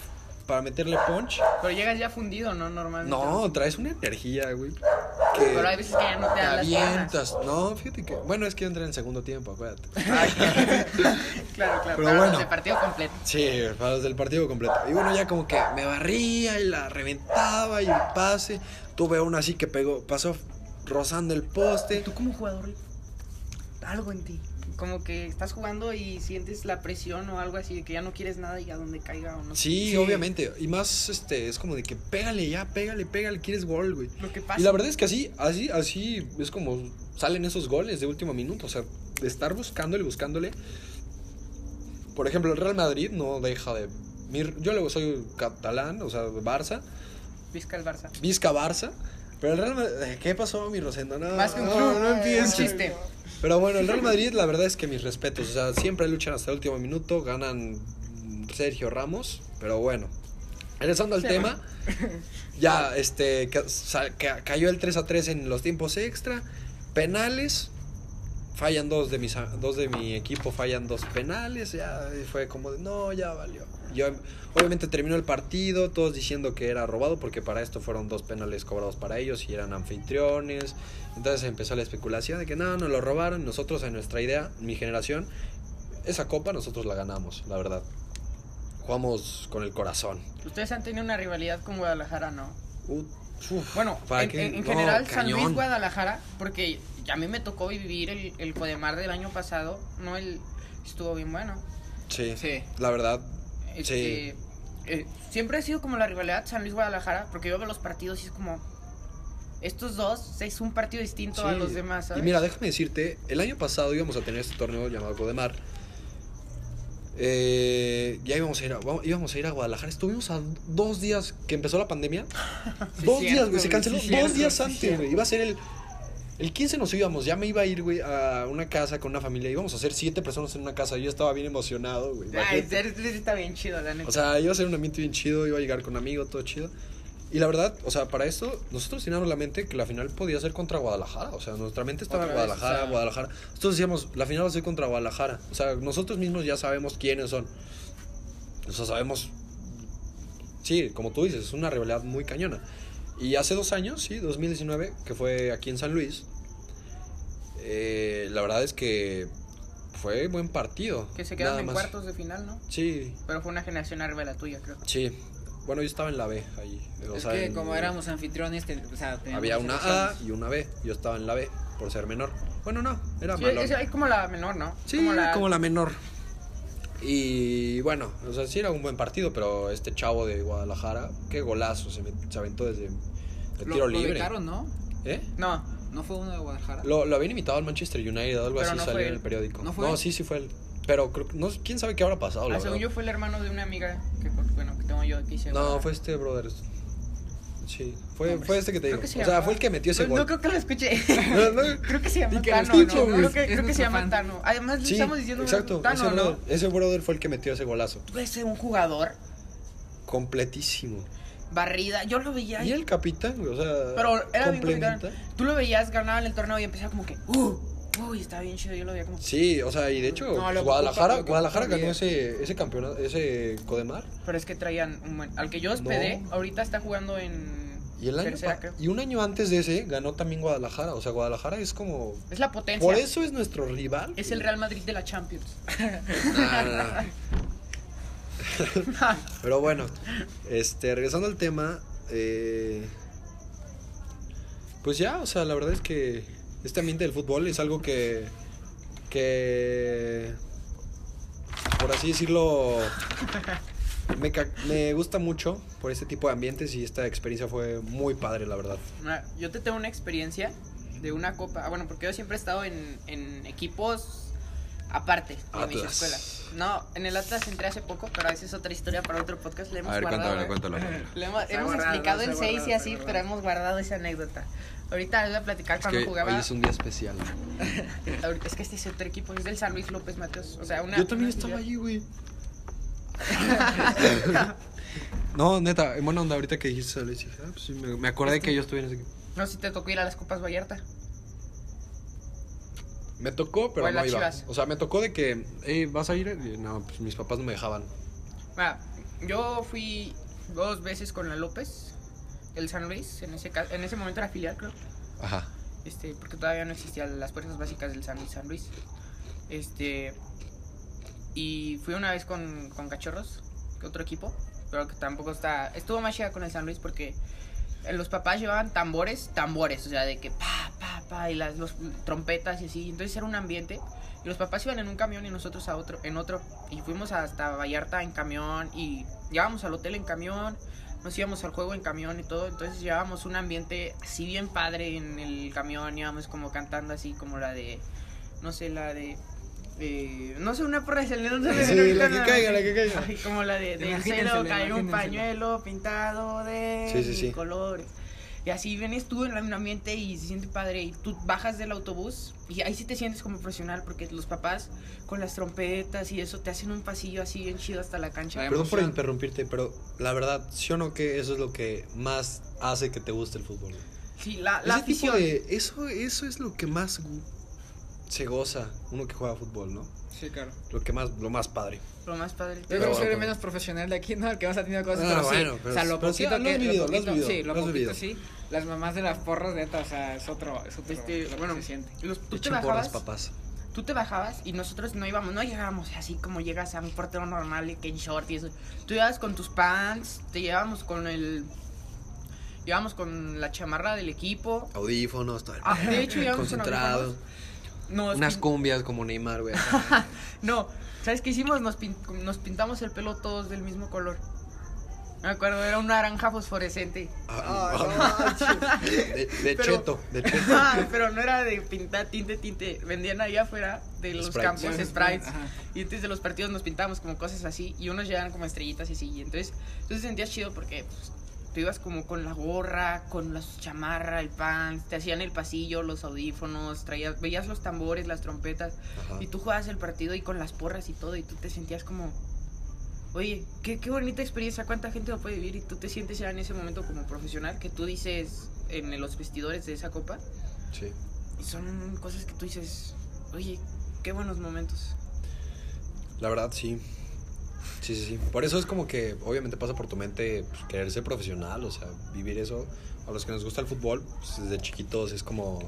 para meterle punch. Pero llegas ya fundido, ¿no? Normalmente. No, traes una energía, güey. Que Pero hay veces que ya no te te dan las ganas. avientas. No, fíjate que. Bueno, es que yo entré en segundo tiempo, acuérdate. Claro, claro. Pero para los bueno. de partido completo. Sí, para los del partido completo. Y bueno, ya como que me barría y la reventaba y pase. Tuve una así que pegó, pasó rozando el poste. Tú como jugador, algo en ti. Como que estás jugando y sientes la presión o algo así, de que ya no quieres nada y a donde caiga o no. Sí, Sí. obviamente. Y más, este, es como de que pégale ya, pégale, pégale, quieres gol, güey. Lo que pasa. Y la verdad es que así, así, así es como salen esos goles de último minuto. O sea, de estar buscándole, buscándole. Por ejemplo, el Real Madrid no deja de. mir- Yo luego soy catalán, o sea, Barça. Vizca el Barça. Vizca Barça. Pero el Real Madrid. eh, ¿Qué pasó, mi Rosendo? No, Más que un no, club. no empieces. Un chiste. Pero bueno, el Real Madrid, la verdad es que mis respetos. O sea, siempre luchan hasta el último minuto. Ganan Sergio Ramos. Pero bueno, regresando al tema. Ya, este. ca- sa- ca- cayó el 3 a 3 en los tiempos extra. Penales. Fallan dos de, mis, a- dos de mi equipo, fallan dos penales. Ya eh, fue como de, no, ya valió. Yo, obviamente terminó el partido, todos diciendo que era robado, porque para esto fueron dos penales cobrados para ellos y eran anfitriones. Entonces empezó la especulación de que no, nos lo robaron. Nosotros, en nuestra idea, mi generación, esa copa nosotros la ganamos, la verdad. Jugamos con el corazón. Ustedes han tenido una rivalidad con Guadalajara, ¿no? Uh, uf, Bueno, ¿para en, qué? en- en No, general San cañón. Luis Guadalajara, porque a mí me tocó vivir el, el Codemar del año pasado, no el estuvo bien bueno. Sí, Sí. la verdad. Sí. Este, eh, siempre ha sido como la rivalidad San Luis Guadalajara, porque yo veo los partidos y es como estos dos es un partido distinto a Sí. los demás, ¿sabes? Y mira, déjame decirte, el año pasado íbamos a tener este torneo llamado Codemar. eh, ya íbamos a, ir a, vamos- íbamos a ir a Guadalajara. Estuvimos a dos días que empezó la pandemia. dos cierto, días, güey. güey, Se canceló sí, dos cierto, días sí, antes, cierto. güey. Iba a ser el. El 15 nos íbamos, ya me iba a ir, güey, a una casa con una familia. Íbamos a ser siete personas en una casa. Yo estaba bien emocionado, güey. Ay, imagínate. ser- está bien chido, la neta. O sea, iba a ser un ambiente bien chido, iba a llegar con amigos, todo chido. Y la verdad, o sea, para esto, nosotros teníamos la mente que la final podía ser contra Guadalajara. O sea, nuestra mente estaba en Otra vez, Guadalajara, o sea. Guadalajara. Nosotros decíamos, la final va a ser contra Guadalajara. O sea, nosotros mismos ya sabemos quiénes son. O sea, sabemos. Sí, como tú dices, es una rivalidad muy cañona. Y hace dos años, sí, 2019, que fue aquí en San Luis, eh, la verdad es que fue buen partido. que se nada quedaron en más. cuartos de final, ¿no? Sí, Pero fue una generación arriba de la tuya, creo. Sí. Bueno, yo estaba en la B ahí. O Es sea, que en- como éramos anfitriones, te- o sea, teníamos Había dos una A selecciones. y una B. Yo estaba en la B por ser menor. Bueno, no, era Sí, menor. es, es como la menor, ¿no? Sí, como la, menor. Y bueno, o sea, sí era un buen partido, pero este chavo de Guadalajara, qué golazo se, met- se aventó desde el Lo- tiro lo libre. becaron, ¿no? ¿Eh? No, ¿No fue uno de Guadalajara? Lo, lo habían invitado al Manchester United o algo Pero así, no fue salió en él. el periódico. ¿No fue él? sí, sí fue él. Pero creo, que- no, quién sabe qué habrá pasado, la ah, según verdad. yo fue el hermano de una amiga que, bueno, que tengo yo aquí. se No, llama- fue este brother. Sí, fue, Hombre, fue este que te creo digo. que se o sea, llamaba- fue el que metió ese no, gol. No creo que lo escuché. No, no. creo que se llama Y que lo Tano, escuche, ¿no? güey. Creo que, Es creo que se nuestro llama fan. Tano. Además, le Sí, estamos diciendo exacto. Tano, ese, ¿no? brother, ese brother fue el que metió ese golazo. Tú eres un jugador Completísimo. barrida. Yo lo veía. Y el capitán, güey, o sea, Pero era bien complementa. complicado. Tú lo veías, ganaba en el torneo y empezaba como que, uh, uy, está bien chido. Yo lo veía como. Sí, o sea, y de hecho, No, lo pues, que ocupa, Guadalajara, lo que Guadalajara ocupa bien. ganó ese, ese campeonato, ese Codemar. Pero es que traían un buen. Al que yo hospedé, No. ahorita está jugando en. Y, el año tercera, pa- creo. y un año antes de ese ganó también Guadalajara. O sea, Guadalajara es como. Es la potencia. Por eso es nuestro rival. Es el Real Madrid de la Champions. Nah, nah, nah. Pero bueno, este, regresando al tema, eh, pues ya, o sea, la verdad es que este ambiente del fútbol es algo que, que, por así decirlo, me, ca- me gusta mucho por este tipo de ambientes y esta experiencia fue muy padre, la verdad. Mira, yo te tengo una experiencia de una copa. Ah, Bueno, porque yo siempre he estado en, en equipos aparte de mis Atlas. escuelas. No, en el Atlas entré hace poco, pero esa es otra historia para otro podcast. Le hemos A ver, guardado. cuéntamelo, ¿eh? cuéntalo. Le hemos, Se ha hemos guardado, explicado se ha el 6 y guardado, se ha así, pero guardado. hemos guardado esa anécdota. Ahorita les voy a platicar Es cuando que jugaba. hoy es un día especial. ahorita- es que este es otro equipo, es del San Luis López Mateos. O sea, una. Yo también una estaba filial. allí, güey. no, neta, en buena onda, ahorita que dijiste eso, le dije, ah, pues sí, me, me acordé que yo estuve en ese equipo. No sé si te tocó ir a las Copas Vallarta. Me tocó, pero Fue no las iba. Chivas. O sea, me tocó de que, hey, ¿vas a ir? Y no, pues mis papás no me dejaban. Mira, yo fui dos veces con la López, el San Luis, en ese, ca- en ese momento era filial, creo. Ajá. este, porque todavía no existían las fuerzas básicas del San Luis San Luis. Este, y fui una vez con, con Cachorros, que otro equipo, pero que tampoco está. Estuvo más chida con el San Luis porque eh, los papás llevaban tambores, tambores, o sea, de que pa, pa, pa, y las los, trompetas y así. Entonces era un ambiente. Y los papás iban en un camión y nosotros a otro, en otro. Y fuimos hasta Vallarta en camión y llegábamos al hotel en camión nos íbamos al juego en camión y todo, entonces llevábamos un ambiente así bien padre en el camión, íbamos como cantando así como la de, no sé, la de, eh, no sé, una porra de Selena, no sé, Sí, ahorita la que no- caiga, la que caiga. Ay, como la de, del Imagínensela, cielo cayó un imagínensela. pañuelo pintado de Sí, sí, mil sí. colores. Y así vienes tú en un ambiente y se siente padre. Y tú bajas del autobús y ahí sí te sientes como profesional porque los papás con las trompetas y eso te hacen un pasillo así bien chido hasta la cancha. Ay, Perdón por emoción. interrumpirte, pero la verdad, ¿sí o no que eso es lo que más hace que te guste el fútbol? güey? Sí, la, la Ese tipo afición. de- eso, eso es lo que más gu- se goza uno que juega fútbol, ¿no? Sí, claro. Lo que más, lo más padre. Lo más padre. Yo Pero creo que bueno, soy el pero- menos profesional de aquí, ¿no? El que más ha tenido cosas. Ah, pero sí. bueno, pero- o sea, lo pero sí, poquito lo has que. vivido, lo lo has poquito, vivido, sí, lo lo has poquito, vivido. sí. Las mamás de las porras, neta, o sea, es otro. Es otro Este, lo que bueno, se siente. los- tú, te Echen porras, bajabas, papás. tú te bajabas y nosotros no íbamos, no llegábamos así como llegas a un portero normal y que en short y eso. Tú llevabas con tus pants, te llevábamos con el. Llevábamos con la chamarra del equipo. Audífonos, todo el- Ah, de hecho, llevábamos con concentrados. audífonos. Nos Unas pin- cumbias como Neymar, güey. Ah, No, ¿sabes qué hicimos? Nos, pin- nos pintamos el pelo todos del mismo color. Me acuerdo, era un naranja fosforescente. Ah, de, de Pero- cheto, de cheto. Ah, Pero no era de pintar tinte, tinte. Vendían ahí afuera de los Sprites. campos Ajá. sprites. Y antes de los partidos nos pintábamos como cosas así. Y unos llegaban como estrellitas y así. Y entonces, entonces sentías chido porque pues, tú ibas como con la gorra, con la chamarra, el pan. Te hacían el pasillo, los audífonos. Traías, veías los tambores, las trompetas. Ajá. Y tú jugabas el partido y con las porras y todo. Y tú te sentías como. Oye, qué, qué bonita experiencia, cuánta gente lo puede vivir y tú te sientes ya en ese momento como profesional que tú dices en los vestidores de esa copa, Sí. y son cosas que tú dices, oye, qué buenos momentos. La verdad, sí. Sí, sí, sí. Por eso es como que obviamente pasa por tu mente pues, querer ser profesional, o sea, vivir eso. A los que nos gusta el fútbol, pues, desde chiquitos es como,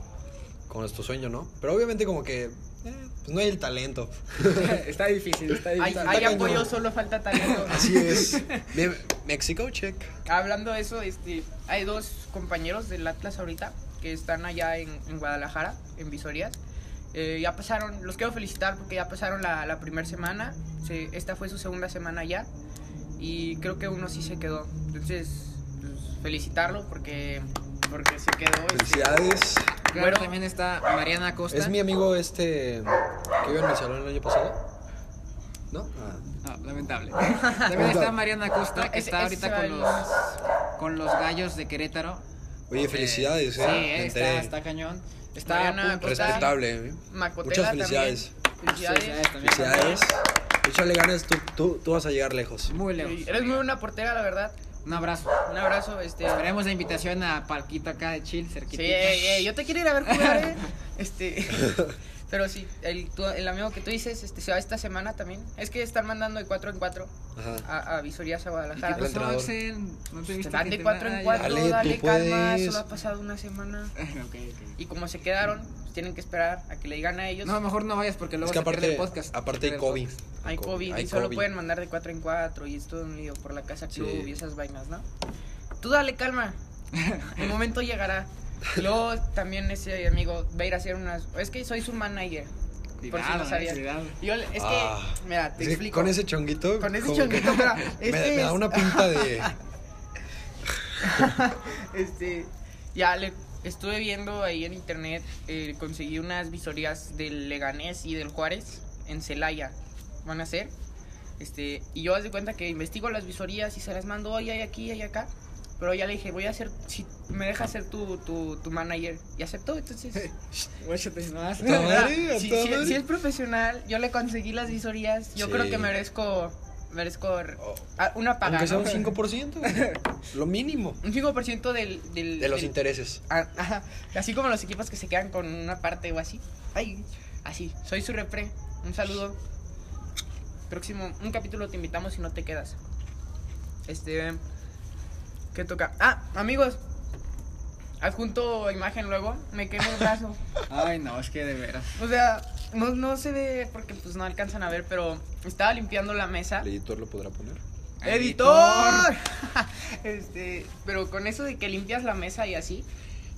como nuestro sueño, ¿no? Pero obviamente como que eh, pues no hay el talento. está difícil, está Hay, difícil. hay cañón. apoyo, solo falta talento. Así es. Bien, México, check. Hablando de eso, este, hay dos compañeros del Atlas ahorita que están allá en, en Guadalajara, en Visorías. Eh, ya pasaron, los quiero felicitar porque ya pasaron la, la primera semana. Se- esta fue su segunda semana ya. Y creo que uno sí se quedó. Entonces, pues, felicitarlo porque, porque se quedó. este, Felicidades. Claro, Bueno. también está Mariana Costa. Es mi amigo este que iba en mi salón el año pasado. ¿No? Ah. No, lamentable. También está Mariana Costa, que Ese- está ese ahorita se va con el los, lunes. con los gallos de Querétaro. Oye, felicidades, Sí, eh. Me eh, enteré. está, está cañón. Está Mariana a punto- Costa. Respetable. eh. Macotela Muchas felicidades. también. Felicidades. Felicidades también. Felicidades. Échale ganas, tú, tú, tú vas a llegar lejos. Muy Sí, lejos. Eres muy buena portera, la verdad. Un abrazo. Un abrazo, este. Esperemos la invitación a Palquito acá de Chill, Sí, cerquita. ey, ey, yo te quiero ir a ver jugar, eh. Este. Pero sí, el, tu- el amigo que tú dices este, se va esta semana también. Es que están mandando de 4 en 4 Ajá. a, a Visorías a ¿Qué Guadalajara. El pasó, entrenador. Axel? pues, No te este, viste. Van que de te- 4 ah, en ya. 4, Dale, dale, tú calma, puedes. solo ha pasado una semana. Ok, ok. Y como se quedaron, pues, tienen que esperar a que le digan a ellos. No, mejor no vayas porque luego Es que se pierde aparte, el podcast. aparte hay COVID. hay COVID, hay y solo COVID. pueden mandar de 4 en 4 y es todo un lío por la casa Sí. club y esas vainas, ¿no? Tú dale calma, el momento llegará. Luego también ese amigo va a ir a hacer unas... Es que soy su manager. por si no eh, sabías. Yo, le- es que, Ah. mira, te Es que explico. Con ese chonguito. Con ese como que chonguito, mira, me- este me, da es- una pinta de. este, ya le estuve viendo ahí en internet, eh, conseguí unas visorías del Leganés y del Juárez en Celaya, van a ser. Este, y yo haz de cuenta que investigo las visorías y se las mando, hoy hay aquí, hay acá. Pero ya le dije, voy a hacer, si me dejas ser tu, tu, tu manager. Y aceptó, entonces. Guáchate más. Puta Mira, madre, a si, toda si- madre. si es profesional, yo le conseguí las visorías. Yo Sí. creo que merezco, merezco Oh. ah, una paga. Aunque sea ¿no? un 5%. güey. Lo mínimo. Un 5% del, del- De los del- intereses. Ah, ajá. Así como los equipos que se quedan con una parte o así. Ay, así. Soy su repre. Un saludo. Próximo, un capítulo te invitamos y no te quedas. Este. ¿Qué toca? Ah, amigos. Adjunto imagen luego. Me quemo el brazo. Ay, no, es que de veras. O sea, no, no se ve porque pues no alcanzan a ver, pero estaba limpiando la mesa. El editor lo podrá poner. ¡Editor! este, pero con eso de que limpias la mesa y así.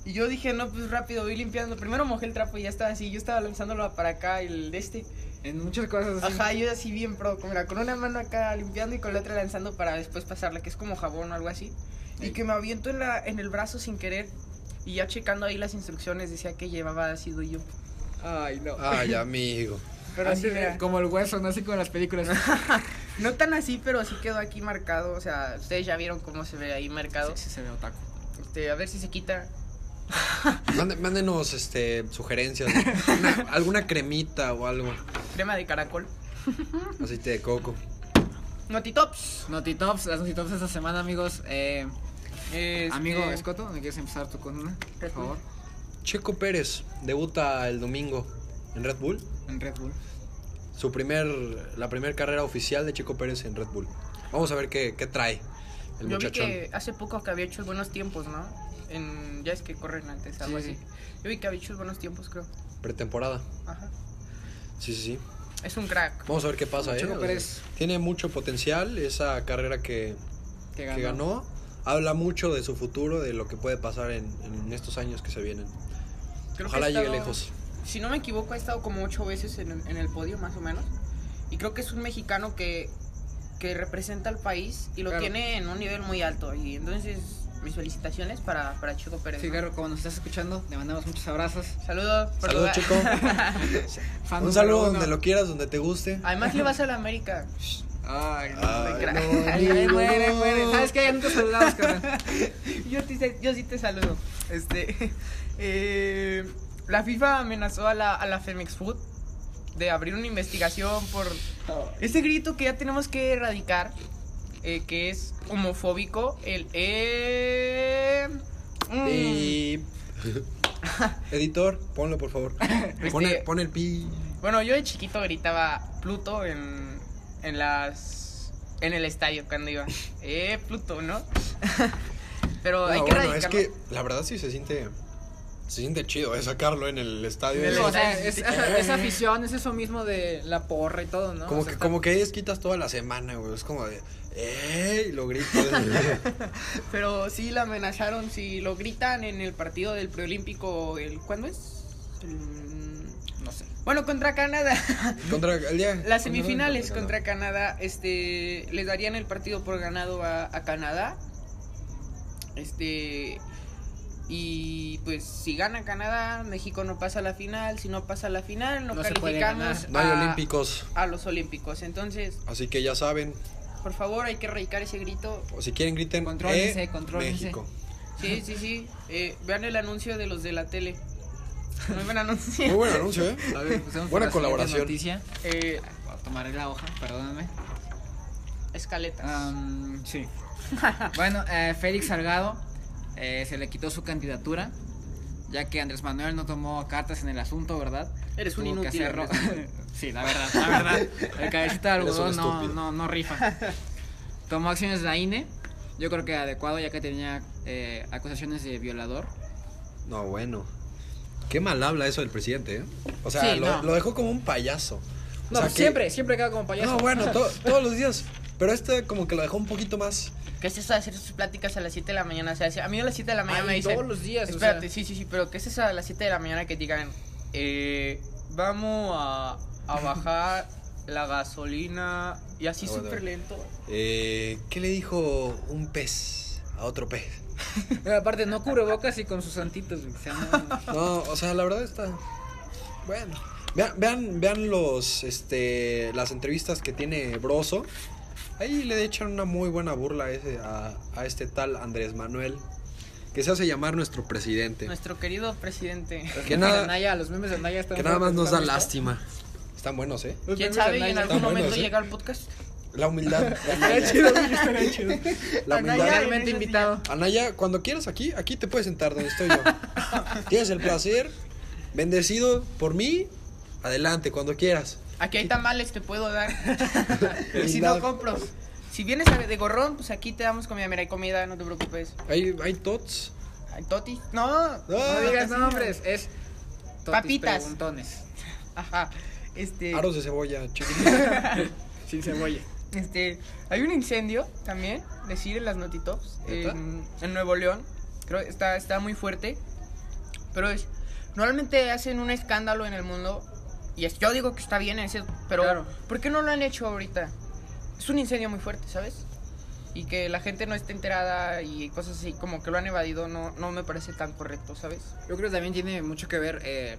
Y yo dije, no, pues rápido, voy limpiando. Primero mojé el trapo y ya estaba así. Yo estaba lanzándolo para acá, el de este. En muchas cosas. así. Ajá, yo así bien pro. Mira, con una mano acá limpiando y con la otra lanzando para después pasarla, que es como jabón o algo así. Y Ey. que me aviento en, la, en el brazo sin querer. Y ya checando ahí las instrucciones, decía que llevaba ácido y yo. Ay, no. Ay, amigo. Pero Así Ah. así, de- mira, como el hueso, no así con las películas. no tan así, pero sí quedó aquí marcado. O sea, ustedes ya vieron cómo se ve ahí marcado. Sí, sí se ve otaku. Este, a ver si se quita. Mande- mándenos este, sugerencias. ¿no? Una- alguna cremita o algo. Crema de caracol. Aceite de coco. Notitops. Notitops, las Notitops esta semana, amigos. Eh, Este, Amigo Escoto, ¿me quieres empezar tú con una? Por Red Bull. favor. Checo Pérez debuta el domingo en Red Bull. En Red Bull. Su primer, la primera carrera oficial de Checo Pérez en Red Bull. Vamos a ver qué, qué trae el yo vi muchachón. que hace poco que había hecho buenos tiempos, ¿no? En, ya es que corren antes, algo Sí, así. Yo vi que había hecho buenos tiempos, creo. Pretemporada. Ajá. Sí, sí, sí. Es un crack. Vamos a ver qué pasa, Checo ¿eh? O sea, Pérez. tiene mucho potencial esa carrera que, Que que ganó. Habla mucho de su futuro, de lo que puede pasar en, en estos años que se vienen. Creo Ojalá que ha llegue estado- lejos. Si no me equivoco, ha estado como ocho veces en, en el podio, más o menos. Y creo que es un mexicano que que representa al país y lo Claro. tiene en un nivel muy alto. Y entonces, mis felicitaciones para, para Chico Pérez. Sí, ¿no? Garro, como nos estás escuchando, le mandamos muchos abrazos. Saludos, Saludos, Portugal. chico. Fan número Un saludo uno. donde lo quieras, donde te guste. Además, le vas a la América. Ay, no. Ay, cra- no, Ay, no. muere, muere. ¿Sabes qué? Ya nunca saludamos, carnal. Yo, te- yo sí te saludo. Este, eh, la FIFA amenazó a la, a la Femex Food de abrir una investigación por este grito que ya tenemos que erradicar, eh, que es homofóbico, el eh, mm, Y- Editor, ponlo por favor. Pues Pon el, pon el pi. Bueno, yo de chiquito gritaba Pluto en, en las en el estadio cuando iba. Eh, Pluto, ¿no? Pero hay No, que Ah, bueno, es erradicarlo. que la verdad sí se siente. Se siente chido, eh, sacarlo en el estadio. En el Sí, o sea, estadio. es, esa, esa afición es eso mismo de la porra y todo, ¿no? Como O sea, que, está- como que ellos quitas toda la semana, güey. Es como de. ¡Eh! Y lo grito. Pero sí la amenazaron, si lo gritan en el partido del preolímpico, el ¿cuándo es? El- no sé. Bueno, contra Canadá. contra el día. Las semifinales contra Canadá. Canadá, este, les darían el partido por ganado a, a Canadá. Este, y pues si gana Canadá, México no pasa a la final, si no pasa a la final, no, No se puede calificamos ganar. No hay a- olímpicos. a los olímpicos. Entonces, Así que ya saben. por favor, hay que erradicar ese grito O si quieren, griten. Contrólense, eh, contrólense. México. Sí, sí, sí. Eh, vean el anuncio de los de la tele. Muy buen Muy anuncio. buen anuncio, ¿eh? A ver, empecemos Buena por la colaboración. siguiente Noticia. Eh, Voy a Tomaré la hoja, perdóname. escaletas. Ah. Am, sí. bueno, eh, Félix Salgado eh, se le quitó su candidatura, ya que Andrés Manuel no tomó cartas en el asunto, ¿verdad? Eres un Tuvo que inútil, hacerlo. Andrés sí, la verdad, la verdad. El cabecita de Eres un algodón no, estúpido. no, no rifa. Tomó acciones de la INE, yo creo que adecuado, ya que tenía eh, acusaciones de violador. No, bueno. Qué mal habla eso del presidente, ¿eh? O sea, Sí, lo, no. pues, lo dejó como un payaso. O pues sea, que- siempre queda como No, bueno, to- todos los días. Pero este como que lo dejó un poquito más. ¿Qué es eso de hacer sus pláticas a las 7 de la mañana? O sea, si- a mí a las 7 de la mañana Ay, me dicen... todos los días, o Espérate, sea. sí, sí, sí, pero ¿qué es eso a las 7 de la mañana que digan... eh, vamos a, a bajar la gasolina y así Ah, Aguanta, súper aguanta. lento. Eh, ¿Qué le dijo un pez a otro pez? Aparte, no cubre bocas y con sus santitos. güey, o sea, no- No, o sea, la verdad está. Bueno. Vean, vean, vean los, este, las entrevistas que tiene Broso. Ahí le echan una muy buena burla a, ese- a- a este tal Andrés Manuel, que se hace llamar nuestro presidente. Nuestro querido presidente. Que nada- de Naya, los memes de Naya están Que nada más nos da ¿Están listos? lástima. Están buenos, ¿eh? Los ¿Quién memes sabe de y en Naya. algún buenos, momento ¿eh? llega al podcast? La humildad. la humildad. Estaría chido, güey, estaría chido. La humildad. en Realmente ese invitado. Anaya, cuando quieras aquí, aquí te puedes sentar donde estoy yo. Tienes el placer, bendecido por mí, adelante, cuando quieras. Aquí hay tamales, te puedo dar. y si Felicidad. no compro. Si vienes a- de gorrón, pues aquí te damos comida. Mira, hay comida, no te preocupes. Hay, hay tots. Ay, Toti. No, No Ah, digas sí, nombres, es totis Papitas. preguntones. Ajá. Este, Aros de cebolla, chiquititos. Sin cebolla. este, hay un incendio también, decir en las notitops, ¿Neta? en, en Nuevo León. Creo que está, está muy fuerte. Pero es, normalmente hacen un escándalo en el mundo. Y es- yo digo que está bien ese, pero Claro. ¿por qué no lo han hecho ahorita? Es un incendio muy fuerte, ¿sabes? Y que la gente no esté enterada y cosas así, como que lo han evadido, no, no me parece tan correcto, ¿sabes? Yo creo que también tiene mucho que ver eh,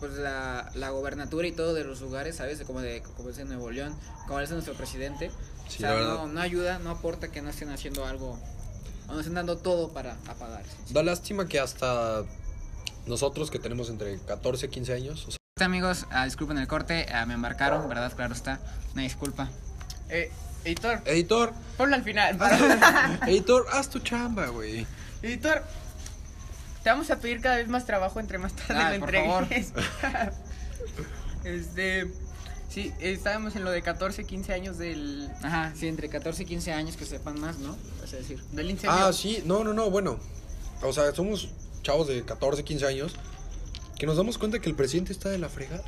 pues la, la gobernatura y todo de los lugares, ¿sabes? Como de como es en Nuevo León, como es nuestro presidente. Sí, o sea, la verdad. no, no ayuda, no aporta que no estén haciendo algo, o no estén dando todo para apagar. Da lástima que hasta nosotros que tenemos entre 14 y 15 años, o sea, Amigos, ah, disculpen el corte, ah, me embarcaron, ¿verdad? Claro está. Una disculpa. Eh, editor, editor, ponlo al final. editor, haz tu chamba, güey. Editor, te vamos a pedir cada vez más trabajo entre más tarde Ay, lo por favor. entregues. este, sí, estábamos en lo de 14, 15 años del, Ajá, sí, entre 14 y 15 años que sepan más, ¿no? Es decir. del incendio. Ah, sí, no, no, no, bueno. O sea, somos chavos de 14, 15 años que nos damos cuenta que el presidente está de la fregada.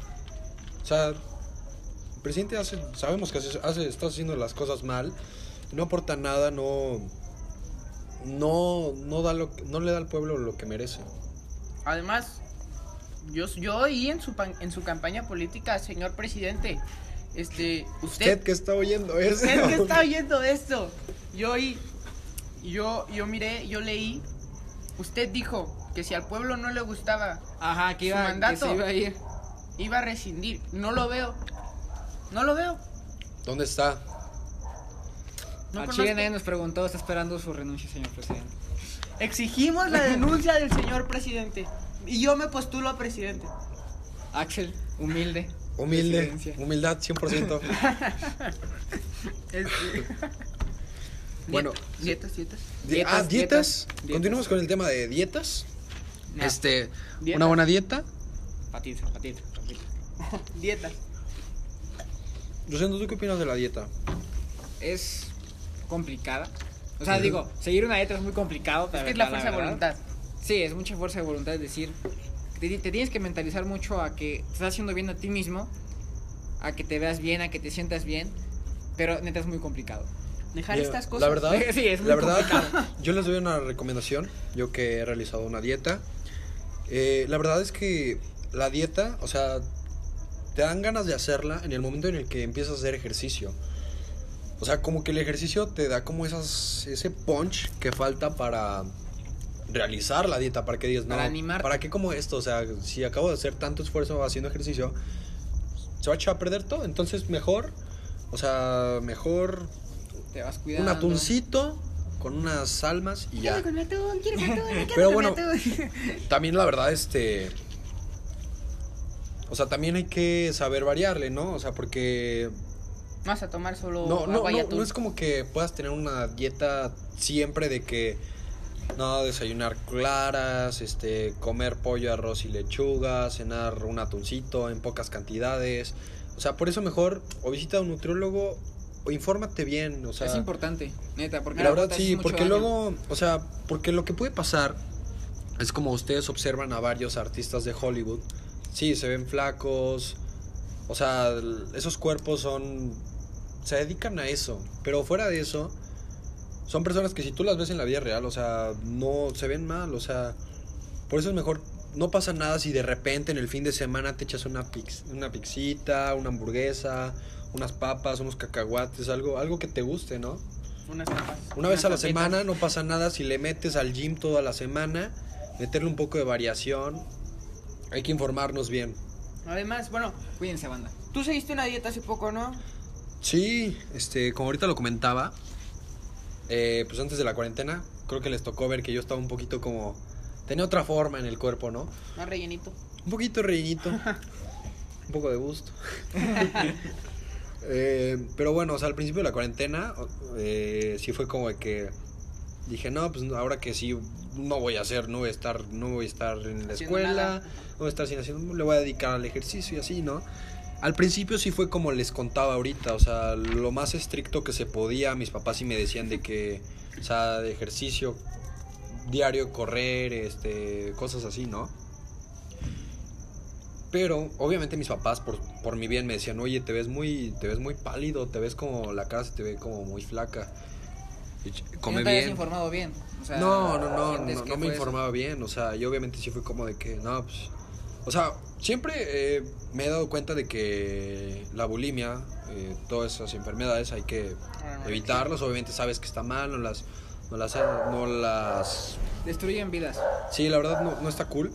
O sea, el presidente hace, sabemos que hace, hace- está haciendo las cosas mal, no aporta nada, no no no da lo que- no le da al pueblo lo que merece. Además, yo, yo oí en su, pan- en su campaña política, señor presidente, Este, ¿Usted usted, que está oyendo eso? usted que está oyendo esto, yo oí, yo, yo miré, yo leí, usted dijo que si al pueblo no le gustaba, Ajá, que Su iba, que mandato. se iba a ir. iba a rescindir. No lo veo, no lo veo. ¿Dónde está? No Al conozco. Ah, Chile nadie nos preguntó, está esperando su renuncia, señor presidente. Exigimos la denuncia del señor presidente y yo me postulo a presidente. Axel, humilde. Humilde. Presidencia. Humildad, 100%. Este, Bueno. dietas, dietas, dietas. Di- Dietas, ah, dietas. dietas, Continuamos dietas. con el tema de dietas. Nah, Este, Dietas. una buena dieta. Patita, patita, patita. dietas. Luciano, ¿tú qué opinas de la dieta? Es complicada. O sea, digo, seguir una dieta es muy complicado. Es que es la fuerza de voluntad. Sí, es mucha fuerza de voluntad, es decir, te, te tienes que mentalizar mucho a que te estás haciendo bien a ti mismo, a que te veas bien, a que te sientas bien, pero neta es muy complicado. Dejar Mira, estas cosas. La verdad, Sí, es muy la verdad yo les doy una recomendación. Yo que he realizado una dieta. Eh, la verdad es que la dieta, o sea, te dan ganas de hacerla en el momento en el que empiezas a hacer ejercicio. O sea, como que el ejercicio te da como esas, ese punch que falta para realizar la dieta, para que digas, no, Para animarte. ¿para qué como esto? O sea, si acabo de hacer tanto esfuerzo haciendo ejercicio, se va a echar a perder todo. Entonces, mejor, o sea, mejor Te vas un cuidando. atuncito con unas salmas y ya. Quédate con mi atún, quiero mi atún, quédate Pero con mi bueno, atún. También la verdad, este... O sea, también hay que saber variarle, ¿no? O sea, porque... Vas a tomar solo No, no, agua y no, atún. no es como que puedas tener una dieta siempre de que... No, desayunar claras, este, comer pollo, arroz y lechuga, cenar un atuncito en pocas cantidades. O sea, por eso mejor o visita a un nutriólogo o infórmate bien. O sea, es importante, neta, porque la verdad neta, es sí, mucho porque daño. luego, o sea, porque lo que puede pasar es como ustedes observan a varios artistas de Hollywood. Sí, se ven flacos. O sea, el- esos cuerpos son se dedican a eso, pero fuera de eso son personas que si tú las ves en la vida real, o sea, no se ven mal, o sea, por eso es mejor no pasa nada si de repente en el fin de semana te echas una pix, una pixita, una hamburguesa, unas papas, unos cacahuates, algo algo que te guste, ¿no? Unas papas. Una vez unas a la papitas. semana, no pasa nada si le metes al gym toda la semana, meterle un poco de variación. Hay que informarnos bien. Además, bueno, Cuídense, banda. tú seguiste una dieta hace poco, ¿no? Sí, este, como ahorita lo comentaba, eh, pues antes de la cuarentena, creo que les tocó ver que yo estaba un poquito como. Tenía otra forma en el cuerpo, ¿no? Más rellenito. Un poquito rellenito. un poco de gusto. Eh, pero bueno, o sea, al principio de la cuarentena eh, sí fue como de que dije, no, pues ahora que sí no voy a hacer, no voy a estar, no voy a estar en la Haciendo escuela, nada. no voy a estar sin hacer, le voy a dedicar al ejercicio y así, ¿no? Al principio sí fue como les contaba ahorita, o sea, lo más estricto que se podía, mis papás sí me decían de que, o sea, de ejercicio diario, correr, este, cosas así, ¿no? Pero obviamente mis papás por, por mi bien me decían, oye, te ves muy, te ves muy pálido, te ves como la cara se te ve como muy flaca. Y ch- Y Come no te habías bien. informado bien. o sea, No, no, no, sientes no, que no me fue eso. informaba bien. O sea, yo obviamente sí fui como de que, no, pues. O sea, siempre eh, me he dado cuenta de que la bulimia, eh, todas esas enfermedades hay que Ah, evitarlas. Obviamente sabes que está mal, no las. No las, no las Destruyen vidas. Sí, la verdad no, no está cool.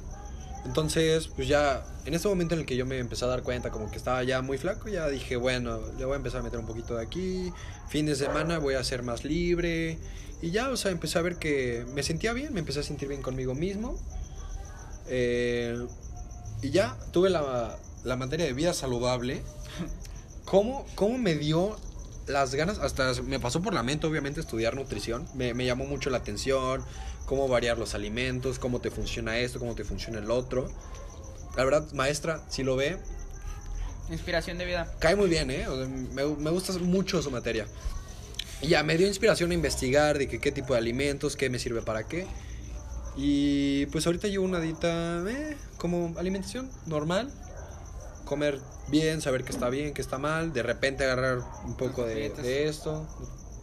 Entonces, pues ya, en este momento en el que yo me empecé a dar cuenta como que estaba ya muy flaco, ya dije, bueno, le voy a empezar a meter un poquito de aquí, fin de semana voy a ser más libre. Y ya, o sea, empecé a ver que me sentía bien, me empecé a sentir bien conmigo mismo. Eh, y ya, tuve la, la materia de vida saludable. ¿Cómo, ¿Cómo me dio las ganas? Hasta me pasó por la mente, obviamente, estudiar nutrición. Me, me llamó mucho la atención, cómo variar los alimentos, cómo te funciona esto, cómo te funciona el otro. La verdad, maestra, si lo ve, Inspiración de vida. cae muy bien, ¿eh? O sea, me, me gusta mucho su materia. Y ya me dio inspiración a investigar de que qué tipo de alimentos, qué me sirve para qué. Y pues ahorita llevo una dieta eh, como alimentación normal. Comer bien, saber que está bien, que está mal. De repente agarrar un poco de, Galletas. de esto,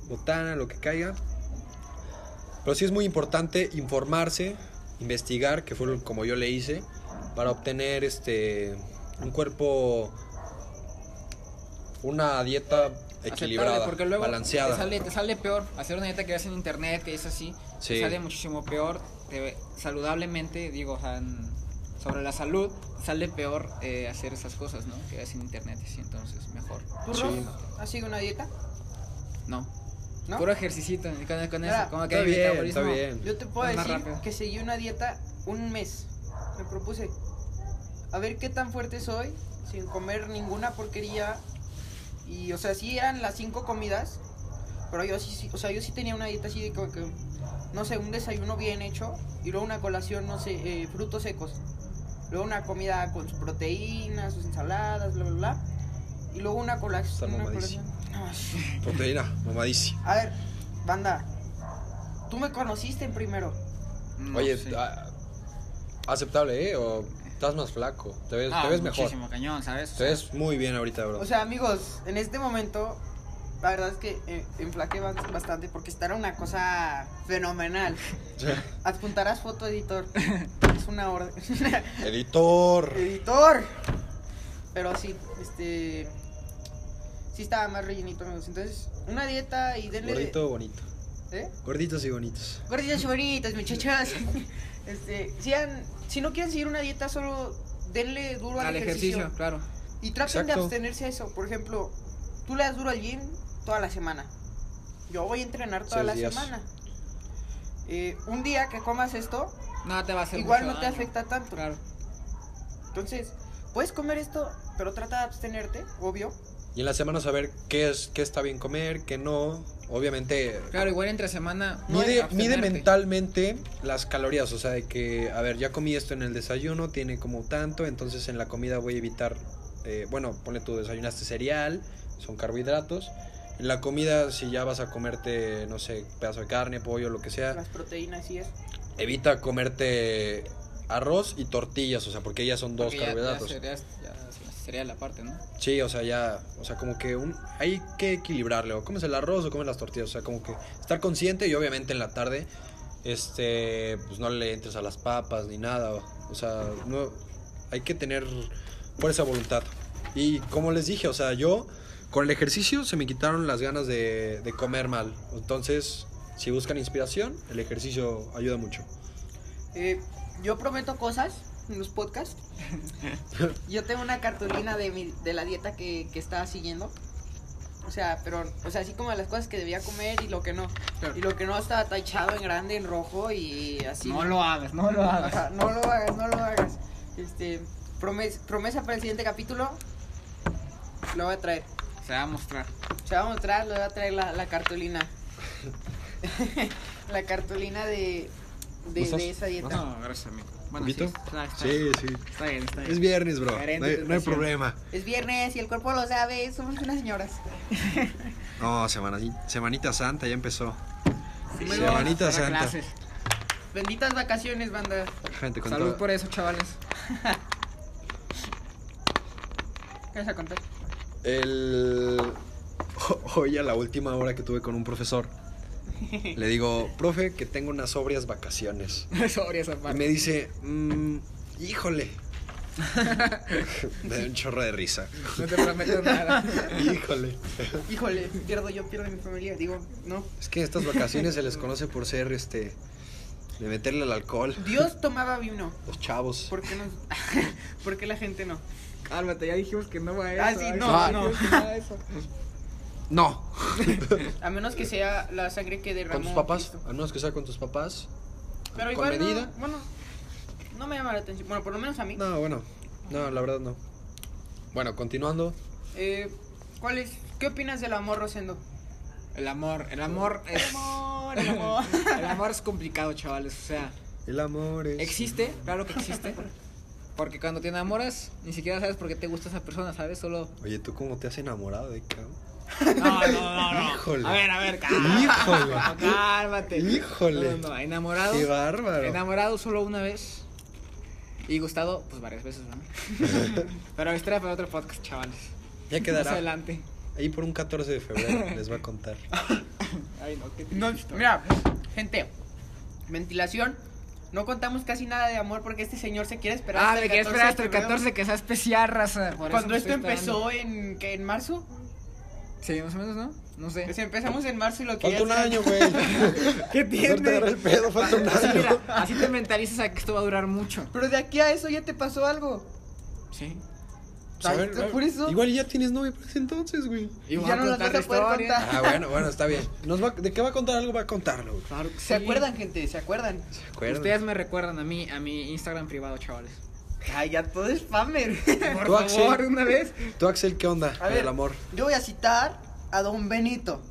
botana, lo que caiga. Pero sí es muy importante informarse, investigar, que fue lo- como yo le hice, para obtener este un cuerpo una dieta equilibrada, aceptable, porque luego balanceada. Te sale, te sale peor hacer una dieta que ves en internet, que es así, Sí. te sale muchísimo peor, te- saludablemente, digo, o sea, en- sobre la salud, sale peor eh, hacer esas cosas, ¿no? Que ves en internet, y así, entonces, mejor. ¿Tú, Sí. Ross, has sido una dieta? No. ¿No? Puro ejercicito con, con Ahora, eso, como que está mi bien, metabolismo- está bien. Yo te puedo Es más decir rápido. que seguí una dieta un mes. Me propuse a ver qué tan fuerte soy sin comer ninguna porquería. Y, o sea, sí eran las cinco comidas, pero yo sí, sí- o sea, yo sí tenía una dieta así de como que, no sé, un desayuno bien hecho y luego una colación, no sé, eh, frutos secos. Luego una comida con sus proteínas, sus ensaladas, bla, bla, bla. Y luego una Está colación. Una mamadísimo. colación. Ay. Proteína, mamadísima. A ver, banda, tú me conociste en primero. No, Oye, Mm, sí. ah, aceptable, ¿eh? O estás más flaco, te ves, Ah, te ves mejor. Muchísimo cañón, ¿sabes? O Te sea, ves muy bien ahorita, bro. O sea, amigos, en este momento, la verdad es que eh, enflaqué bas- bastante porque esta era una cosa fenomenal. Adjuntarás foto, editor. Es una orden. Editor. editor. Pero sí, este. Sí estaba más rellenito, amigos. Entonces, una dieta y denle. Gordito o bonito. ¿Eh? Gorditos y bonitos. Gorditos y bonitos, muchachas. Este, sean, si no quieren seguir una dieta, solo denle duro al, al ejercicio, ejercicio. claro. Y traten de Exacto. abstenerse a eso. Por ejemplo, tú le das duro al gym toda la semana. Yo voy a entrenar toda Seis la días. semana. Eh, un día que comas esto, No te va a hacer igual mucho no te daño. afecta tanto. Claro. Entonces, puedes comer esto, pero trata de abstenerte, obvio. Y en la semana saber qué es, qué está bien comer, qué no. Obviamente. Claro, igual entre semana. Mide, mide abstenerte. mentalmente las calorías, o sea, de que, a ver, ya comí esto en el desayuno, tiene como tanto, entonces en la comida voy a evitar, eh, bueno, pone tú, desayunaste cereal, son carbohidratos, en la comida si ya vas a comerte, no sé, pedazo de carne, pollo, lo que Ah. sea, Las proteínas y eso. evita comerte arroz y tortillas, o sea, porque ya son dos Porque ya- carbohidratos. Ya, sería, ya sería la parte, ¿no? Sí, o sea, ya, o sea, como que un, hay que equilibrarle, o comes el arroz o comes las tortillas, o sea, como que estar consciente y obviamente en la tarde, este, pues no le entres a las papas ni nada, o, o sea, no, hay que tener fuerza de voluntad. Y como les dije, o sea, yo con el ejercicio se me quitaron las ganas de, de comer mal, entonces, si buscan inspiración, el ejercicio ayuda mucho. Eh, yo prometo cosas en los podcasts. Yo tengo una cartulina de, mi- de la dieta que, que estaba siguiendo. O sea, pero, o sea, así como las cosas que debía comer y lo que no. Claro. Y lo que no estaba tachado en grande, en rojo y así. No lo hagas, no lo hagas. Ajá, no lo hagas, no lo hagas. Este, promes- promesa para el siguiente capítulo. Lo voy a traer. Se va a mostrar. O sea, vamos a traer, le voy a traer la, la cartulina. la cartulina de, de, ¿Gustas? de esa dieta. No, gracias, amigo. Bueno, ¿Poquito? sí, está, está, Sí, sí. está bien, está bien. Es viernes, bro. Coherente No hay, no hay tentación. problema. Es viernes y el cuerpo lo sabe, somos unas señoras. No, semana, Semanita Santa ya empezó. Sí, Semanita luego vamos a Santa. clases. Benditas vacaciones, banda. Gente con Salud todo. por eso, chavales. ¿Qué vas a contar? El... Hoy a la última hora que tuve con un profesor, le digo, profe, que tengo unas sobrias vacaciones. Sobre esa Y parte. me dice, "Mm, híjole. me da un chorro de risa. No te prometo nada. Híjole. Híjole, pierdo yo, pierdo mi familia. Digo, no. Es que estas vacaciones se les conoce por ser, este, de meterle al alcohol. Dios tomaba vino. Los chavos. ¿Por qué no? ¿Por qué la gente no? Cálmate, ya dijimos que no va a eso. Ah, sí, Ay, no, ya no. dijimos que va a eso. No. A menos que sea la sangre que derramó. Con tus papás, Cristo. a menos que sea con tus papás. Pero con igual, no, medida. bueno, no me llama la atención. Bueno, por lo menos a mí. No, bueno. No, la verdad no. Bueno, continuando. Eh, ¿cuál es? ¿Qué opinas del amor, Rosendo? El amor, el amor es. Amor, amor. El amor es complicado, chavales. O sea, El amor es. existe, claro que existe. Porque cuando te enamoras, ni siquiera sabes por qué te gusta esa persona, ¿sabes? Solo. Oye, ¿tú cómo te has enamorado, eh, cabrón? No, no, no, no. Híjole. A ver, a ver, Híjole. cálmate. Cálmate. Híjole. No, no, no, enamorado. Qué bárbaro. Enamorado solo una vez. Y gustado, pues varias veces, ¿no? Pero historia para otro podcast, chavales. Ya Más quedará. adelante. Ahí por un 14 de febrero les va a contar. Ay, no, qué No, triste. Ah, mira, gente, ventilación. No contamos casi nada de amor porque este señor se quiere esperar. Ah, hasta el me quedé esperando hasta el primero. 14 que sea especial, raza. Por eso Cuando me esto estoy esperando. empezó en, ¿qué? ¿En marzo? Sí, más o menos, ¿no? No sé. Pues empezamos en marzo y lo que Falta ya un sea- año, güey. ¿Qué Suerte agarra el pedo, falta un Así, año. mira, así te mentalizas a que esto va a durar mucho. Pero de aquí a eso ya te pasó algo. Sí. Pues, a ver, Por eso. Igual ya tienes novia para ese entonces, güey. Y ya no las vas a poder contar. Ah, bueno, bueno, está bien. Nos va, ¿De qué va a contar algo? Va a contarlo, güey. Claro que ¿Se sí. acuerdan, gente? ¿Se acuerdan? ¿Se acuerdan? Ustedes me recuerdan a mí, a mi Instagram privado, chavales. Ay, ya todo es spammer. Por Tú, Axel. favor, una vez. ¿Tú, Axel, qué onda? A ver. El amor. Yo voy a citar a Don Benito.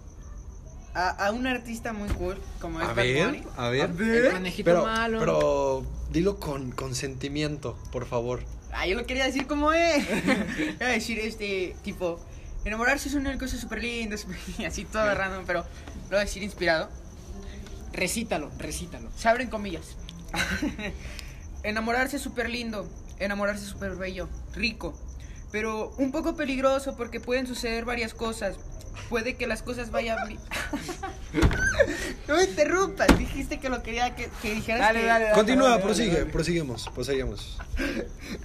A, a un artista muy cool como es A Bad ver, Bunny. a ver. El conejito Pero, malo. pero dilo con consentimiento, por favor. Ah, yo lo quería decir como es. Iba a decir este tipo. Enamorarse es una cosa súper linda, súper- así todo random, pero lo voy a decir inspirado. Recítalo, recítalo. Se abren comillas. Enamorarse es súper lindo, enamorarse es súper bello, rico, pero un poco peligroso porque pueden suceder varias cosas. Puede que las cosas vayan... bi- no me interrumpas, dijiste que lo quería que, que dijeras Dale, que- dale, dale. Continúa, Ah, dale, prosigue, dale. prosiguemos, proseguimos,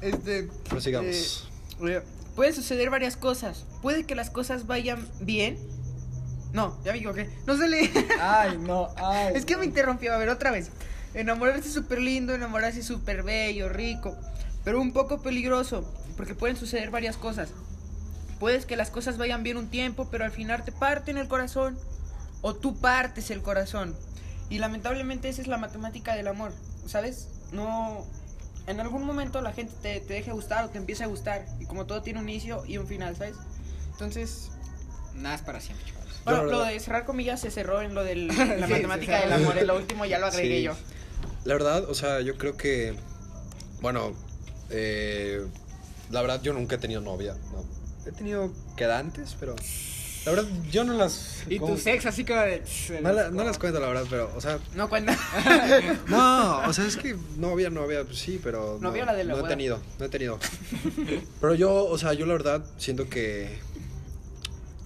Este, prosigamos. eh, pueden suceder varias cosas. Puede que las cosas vayan bien. No, ya me equivoqué. No se lee. Ay, no, ay. Es que me interrumpió, a ver, otra vez. Enamorarse es súper lindo, enamorarse es súper bello, rico, pero un poco peligroso, porque pueden suceder varias cosas. Puedes que las cosas vayan bien un tiempo, pero al final te parten el corazón, o tú partes el corazón. Y lamentablemente esa es la matemática del amor, ¿sabes? No... En algún momento la gente te, te deja gustar o te empieza a gustar, y como todo tiene un inicio y un final, ¿sabes? Entonces, Nada es para siempre, chavales. Yo, la bueno, lo verdad- de cerrar comillas se cerró en lo de la Sí, matemática se del cerró. amor, en lo último ya lo agregué Sí. yo. La verdad, o sea, yo creo que, bueno, eh, la verdad yo nunca he tenido novia, ¿no? He tenido quedantes, pero la verdad yo no las... Y como- tu sex así como de. se No, la- los- no las cuento, la verdad, pero, o sea, No cuenta. No, o sea, es que novia, novia, pues sí, pero. No, Novia la de la no he abuela. tenido, no he tenido. Pero yo, o sea, yo la verdad siento que.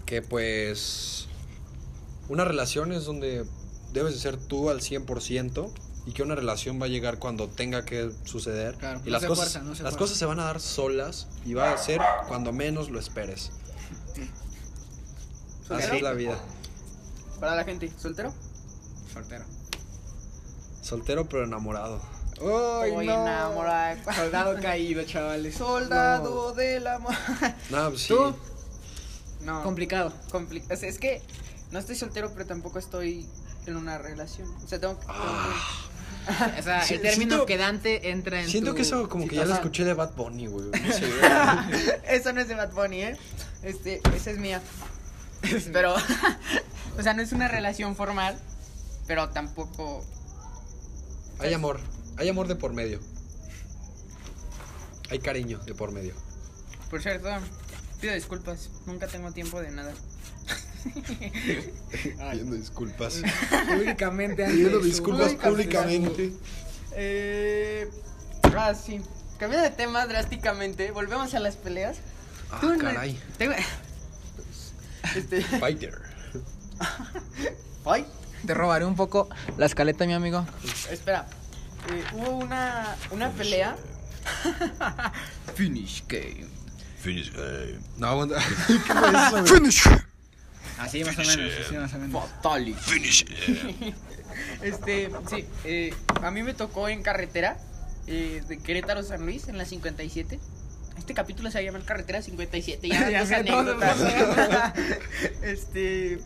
Que pues. Una relación es donde debes de ser tú al 100% y que una relación va a llegar cuando tenga que suceder. Claro, y no las, se cosas, fuerza, no se las fuerza. cosas se van a dar solas y va a ser cuando menos lo esperes. ¿Soltero? Así es la vida. Para la gente, ¿soltero? Soltero. Soltero pero enamorado. Ay, Estoy no. enamorado. Soldado caído, chavales. Soldado del amor. No, pues sí. ¿Tú? No. No. Complicado. compli- o sea, es que no estoy soltero, pero tampoco estoy en una relación. O sea, tengo que. tengo que- O sea, Sí, el término siento- quedante entra en. Siento tu que eso como que ya lo situación. escuché de Bad Bunny, güey. No sé, güey. Esa no es de Bad Bunny, ¿eh? Este, esa es mía. Pero, o sea, no es una relación formal, pero tampoco. Hay amor, hay amor de por medio. Hay cariño de por medio. Por cierto, pido disculpas. Nunca tengo tiempo de nada. Ay, disculpas. Públicamente. ante Pidiendo su- disculpas Públicamente. públicamente. Eh, ah, sí. Cambiando de tema drásticamente, volvemos a las peleas. Ah, Tú no- caray. tengo- este, Fighter. ay, Te robaré un poco la escaleta, mi amigo. espera. Eh, hubo una, una pelea. Finish game. Finish game. No, aguanta. ¿Qué fue eso, Finish. Así más o menos, así más o menos. Fatality. Este, sí, eh, a mí me tocó en carretera eh, de Querétaro a San Luis en la 57. Este capítulo se va a llamar Carretera 57. Ya, Ya las sé, todo anécdotas. lo este,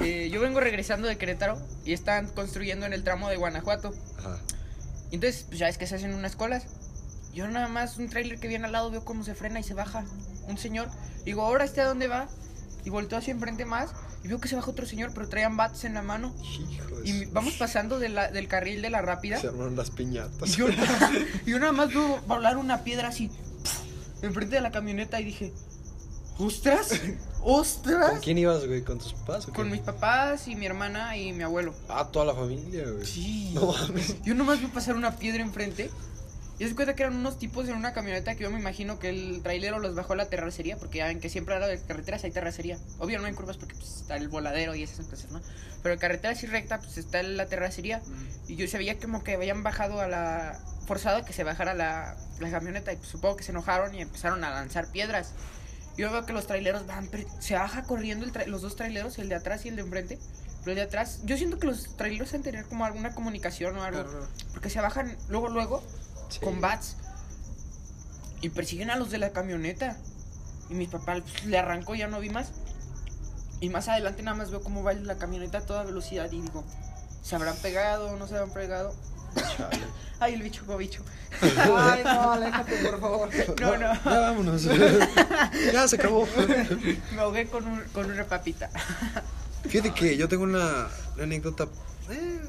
eh, yo vengo regresando de Querétaro y están construyendo en el tramo de Guanajuato. Ajá. Y Entonces, pues ya ves que se hacen unas colas. Yo nada más un trailer que viene al lado veo cómo se frena y se baja un señor. Digo, ¿ahora este a dónde va? Y volteo hacia enfrente más y veo que se baja otro señor, pero traían bats en la mano. Hijo de Y mi- su- vamos pasando de la- del carril de la rápida. Pues, Se armaron las piñatas. Y yo, y yo nada más veo volar una piedra así enfrente de la camioneta y dije, ¡Ostras! ¿Con ¡Ostras! quién ibas, güey? ¿Con tus papás o qué? Con mis papás y mi hermana y mi abuelo. Ah, toda la familia, güey. Sí. No mames. Yo nomás vi pasar una piedra enfrente. Y se cuenta que eran unos tipos en una camioneta que yo me imagino que el trailero los bajó a la terracería, porque ya ven que siempre a las carreteras hay terracería. Obvio, no hay curvas porque pues, está el voladero y esas cosas, ¿no? Pero en carretera así recta, pues está la terracería. Y yo se veía como que habían bajado a la. forzado a que se bajara la, la camioneta. Y pues, supongo que se enojaron y empezaron a lanzar piedras. Yo veo que los traileros van, pero se baja corriendo el tra- los dos traileros, el de atrás y el de enfrente. Pero el de atrás, yo siento que los traileros han tener como alguna comunicación o algo. Claro. Porque se bajan luego, luego, Sí. con bats. Y persiguen a los de la camioneta. Y mi papá pues, le arrancó, ya no vi más. Y más adelante nada más veo cómo va la camioneta a toda velocidad y digo, ¿se habrán pegado o no se habrán pegado? Chale. Ay, el bicho, go bicho. Ay, no, aléjate, por favor. No, no. Ya vámonos. ya se acabó. Me ahogué con, un- con una papita. Fíjate que yo tengo una, una anécdota. eh,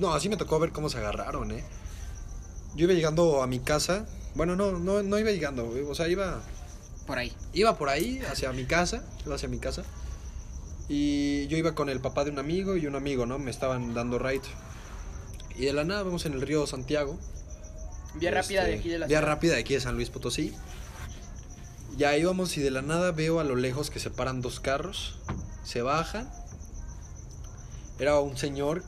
no, así me tocó ver cómo se agarraron, ¿eh? Yo iba llegando a mi casa. Bueno, no, no, no iba llegando. O sea, iba Por ahí. iba por ahí hacia mi casa, iba hacia mi casa. Y yo iba con el papá de un amigo y un amigo, ¿no? Me estaban dando ride. Y de la nada vamos en el río Santiago. Vía Este, rápida de aquí de la Vía ciudad. rápida de aquí de San Luis Potosí. Ya íbamos y de la nada veo a lo lejos que se paran dos carros, se bajan. Era un señor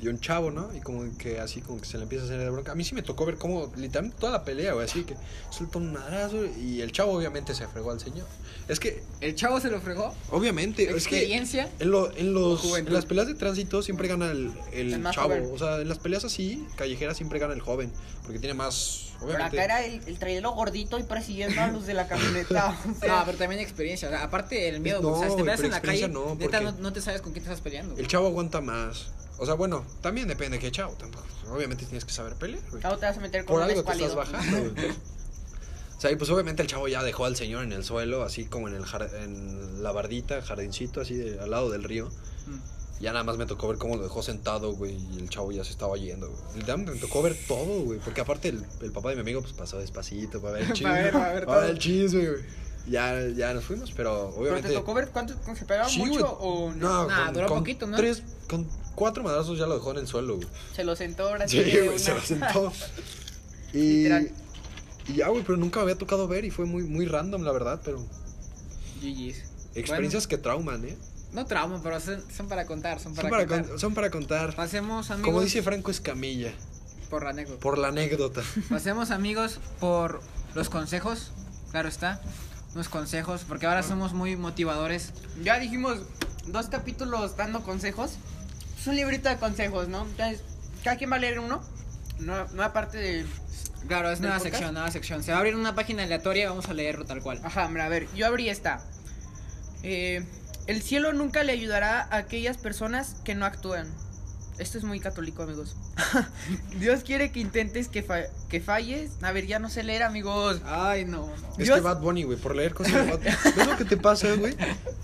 y un chavo, ¿no? Y como que así, como que se le empieza a hacer de bronca. A mí sí me tocó ver cómo, literalmente, toda la pelea, güey, así que suelta un madrazo y el chavo obviamente se fregó al señor. Es que, El chavo se lo fregó. obviamente, es que Experiencia. en, lo- en los, Juventud. en las peleas de tránsito siempre gana el, el El más chavo. joven. O sea, en las peleas así, callejeras, siempre gana el joven. Porque tiene más. Pero Obviamente. acá era el, el trailero gordito y persiguiendo a los de la camioneta. o sea, No, pero también experiencia. O sea, aparte el miedo. No, o sea, si te güey, peleas pero en la experiencia calle, no, neta, no, porque- no te sabes con quién te estás peleando. El chavo aguanta más. O sea, bueno, también depende de qué chavo. Tampoco. Obviamente tienes que saber pelear, güey. Cabo, te vas a meter con Por un algo te estás descualido. bajando, güey. O sea, y pues obviamente el chavo ya dejó al señor en el suelo, así como en, el jar- en la bardita, jardincito, así de- al lado del río. Mm. Ya nada más me tocó ver cómo lo dejó sentado, güey, y el chavo ya se estaba yendo, güey. Literalmente me tocó ver todo, güey, porque aparte el, el papá de mi amigo, pues pasó despacito para ver el chisme. ver, para ver para ver todo. el chisme, güey. Ya, ya nos fuimos, pero Pero obviamente. te tocó ver cuánto cómo se pegaba Sí, mucho güey. o no. No, Nah, con, duró con poquito, ¿no? Tres, con cuatro madrazos ya lo dejó en el suelo, güey. Se lo sentó ahora Sí, de güey, se una. lo sentó. Y, Literal. y ya, güey, pero nunca me había tocado ver y fue muy, muy random, la verdad, pero GG's. experiencias que trauman, ¿eh? Bueno, no trauma, pero son, son para contar. Son para, Son para, contar. con- son para contar. Pasemos, amigos. Como dice Franco Escamilla, Por la anécdota. por la anécdota. Pasemos amigos por los consejos, claro está, unos consejos, porque ahora somos muy motivadores. Ya dijimos dos capítulos dando consejos. Es un librito de consejos, ¿no? Entonces, cada quien va a leer uno. No, no aparte de. Claro, es ¿Del nueva podcast? sección, nueva sección. Se va a abrir una página aleatoria y vamos a leerlo tal cual. Ajá, mira, a ver, yo abrí esta. Eh, el cielo nunca le ayudará a aquellas personas que no actúan. Esto es muy católico, amigos. Dios quiere que intentes que, fa- que falles. A ver, ya no sé leer, amigos. Ay, no. no. Es Yo- que Bad Bunny, güey, por leer cosas de Bad Bunny. ¿Ves lo que te pasa, güey?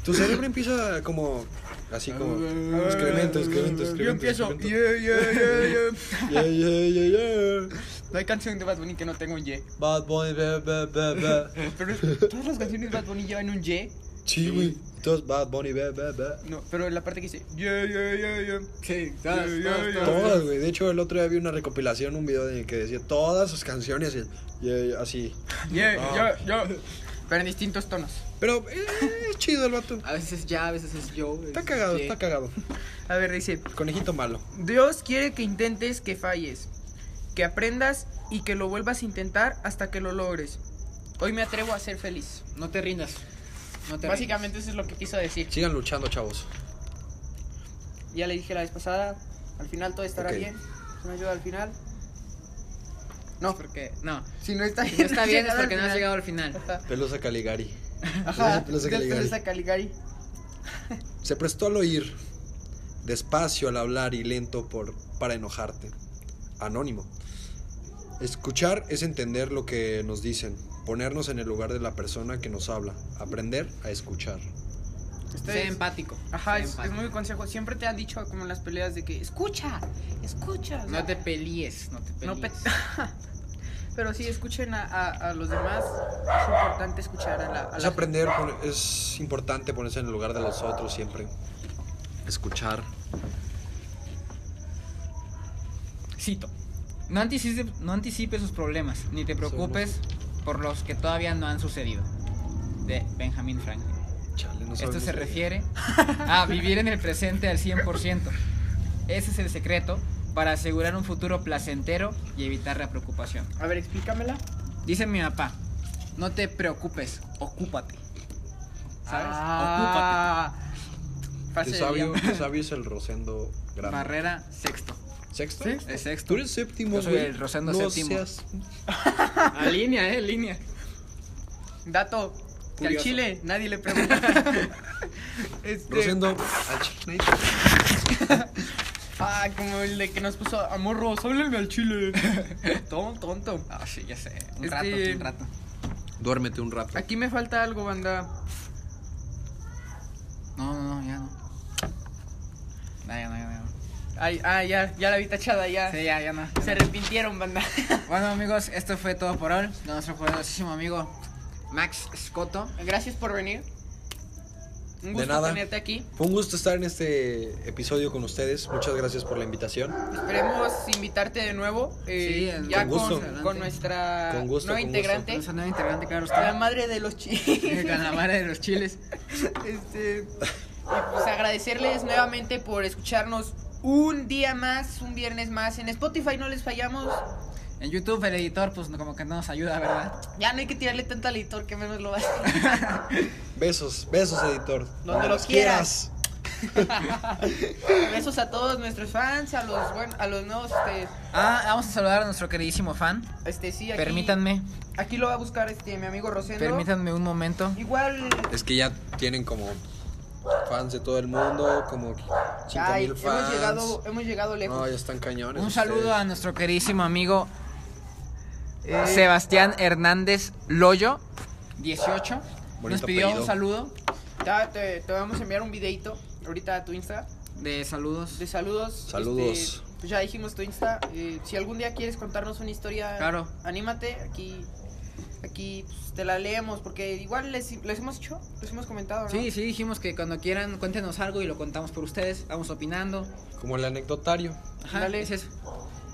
Tu cerebro empieza como. Así como. Excremento, excremento, excremento. Yo empiezo. excremento. Yeah, yeah, yeah, yeah. Yeah, yeah, yeah, yeah. No hay canción de Bad Bunny que no tenga un Y. Bad Bunny, blah, blah, blah, blah. Eh, Pero todas las canciones de Bad Bunny llevan un Y. Sí, güey. Entonces, Bad Bunny, blah, blah, blah. No, pero la parte que dice. Yeah, yeah, yeah, yeah. Sí, todas, Yo- yo- todas, yo- todas. Todas, güey. De hecho, el otro día vi una recopilación, un video en el que decía todas sus canciones y- y- así. Yeah, No. Ah. yeah, yeah. Pero en distintos tonos. Pero eh, es chido el vato. A veces es ya, a veces es yo. a veces Está es cagado, ye. está cagado. A ver, dice. Conejito malo. Dios quiere que intentes que falles, que aprendas y que lo vuelvas a intentar hasta que lo logres. Hoy me atrevo a ser feliz. No te rindas. No te Básicamente eso es lo que quiso decir. Sigan luchando, chavos. Ya le dije la vez pasada, al final todo estará Ok. bien. Si no ayuda al final. No, rindas. Porque, no. si no está Si no está bien es llegado porque al no has llegado final. al final. Pelusa Caligari. Ajá, Pelusa ya Caligari. está Caligari. Se prestó al oír, despacio al hablar y lento por, para enojarte. Anónimo. Escuchar es entender lo que nos dicen, ponernos en el lugar de la persona que nos habla, aprender a escuchar. Sé empático. Ajá, sé es, es empático. muy consejo. Siempre te han dicho como en las peleas de que escucha, escucha. o sea, No te pelees, no te pelees. No pe- Pero sí, escuchen a, a- a los demás. Es importante escuchar a la. a Es la aprender, pon- es importante ponerse en el lugar de los otros siempre. Escuchar. Cito. No anticipes, no anticipes sus problemas, ni te preocupes por los que todavía no han sucedido. De Benjamin Franklin. Chale, no Esto sabemos se leer. refiere a vivir en el presente al 100%. Ese es el secreto para asegurar un futuro placentero y evitar la preocupación. gente. A ver, explícamela. Dice mi papá, no te preocupes, ocúpate. ¿sabes? Ah, Frase Qué de sabio, Liam. qué sabio es el Rosendo grande. Barrera sexto. ¿Sexto? Sexto. Es Tú sexto. eres séptimo, Yo soy güey. el Rosendo no séptimo. Seas... A línea, eh, línea. Dato. que al Curioso. chile nadie le pregunta. Este, Rosendo. al chile. Ah, como el de que nos puso amorros, háblame al chile. Tonto, tonto. Ah, sí, ya sé. Un Este- rato, un rato. Duérmete un rato. Aquí me falta algo, banda. No, no, no, ya no. No, ya no, ya no. Ay, ah, ya, ya la vi tachada, ya. Sí, ya, ya no. Se arrepintieron, banda. Bueno, amigos, esto fue todo por hoy. De nuestro poderosísimo amigo Max Scotto. Gracias por venir. Un De gusto nada. tenerte aquí. Fue un gusto estar en este episodio con ustedes. Muchas gracias por la invitación. Esperemos invitarte de nuevo. eh, Sí, ya con gusto. con, con nuestra Con gusto, nueva con gusto. integrante. Nuestra nueva integrante, claro, La está. madre de los chiles. Con la madre de los chiles. Este, y pues agradecerles nuevamente por escucharnos un día más, un viernes más. En Spotify no les fallamos. En YouTube el editor, pues no- como que no nos ayuda, ¿verdad? Ya no hay que tirarle tanto al editor que menos lo va a hacer. Besos, besos, editor. Donde lo quieras. Besos a todos nuestros fans, a los buen- a los nuevos, este, Ah, vamos a saludar a nuestro queridísimo fan. este sí, aquí, Permítanme, Aquí lo va a buscar este mi amigo Rosendo. permítanme un momento. Igual Es que ya tienen como fans de todo el mundo, como 5 ay, mil hemos fans. llegado hemos llegado lejos. No, ya están cañones. Un saludo a ustedes. nuestro queridísimo amigo Eh, Sebastián Hernández Loyo, 18. Nos Bonito pidió apellido. un saludo Ya te, te vamos a enviar un videito ahorita a tu Insta de saludos. de saludos. Saludos. este, pues ya dijimos tu Insta. eh, si algún día quieres contarnos una historia, Claro. anímate. Aquí aquí pues, te la leemos porque igual les, les hemos hecho, les hemos comentado. ¿no? Sí, sí, dijimos que cuando quieran cuéntenos algo y lo contamos por ustedes. Vamos opinando. Como el anecdotario. Ajá, Dale. es eso.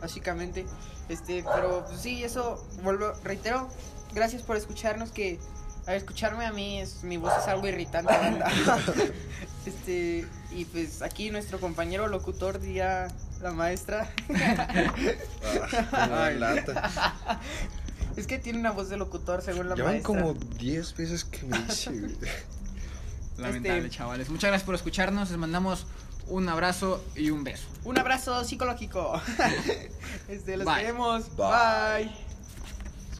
básicamente. Este, pero pues, sí, eso, vuelvo, reitero, gracias por escucharnos, que al escucharme a mí, es, mi voz es algo irritante, banda. este, y pues aquí nuestro compañero locutor, diría la maestra, Ah, me Ay. lata. es que tiene una voz de locutor, según la Ya van maestra. como 10 veces que me dice. güey. Lamentable, Este- chavales. Muchas gracias por escucharnos. Les mandamos un abrazo y un beso. Un abrazo psicológico. este, los Bye. queremos. Bye. Bye.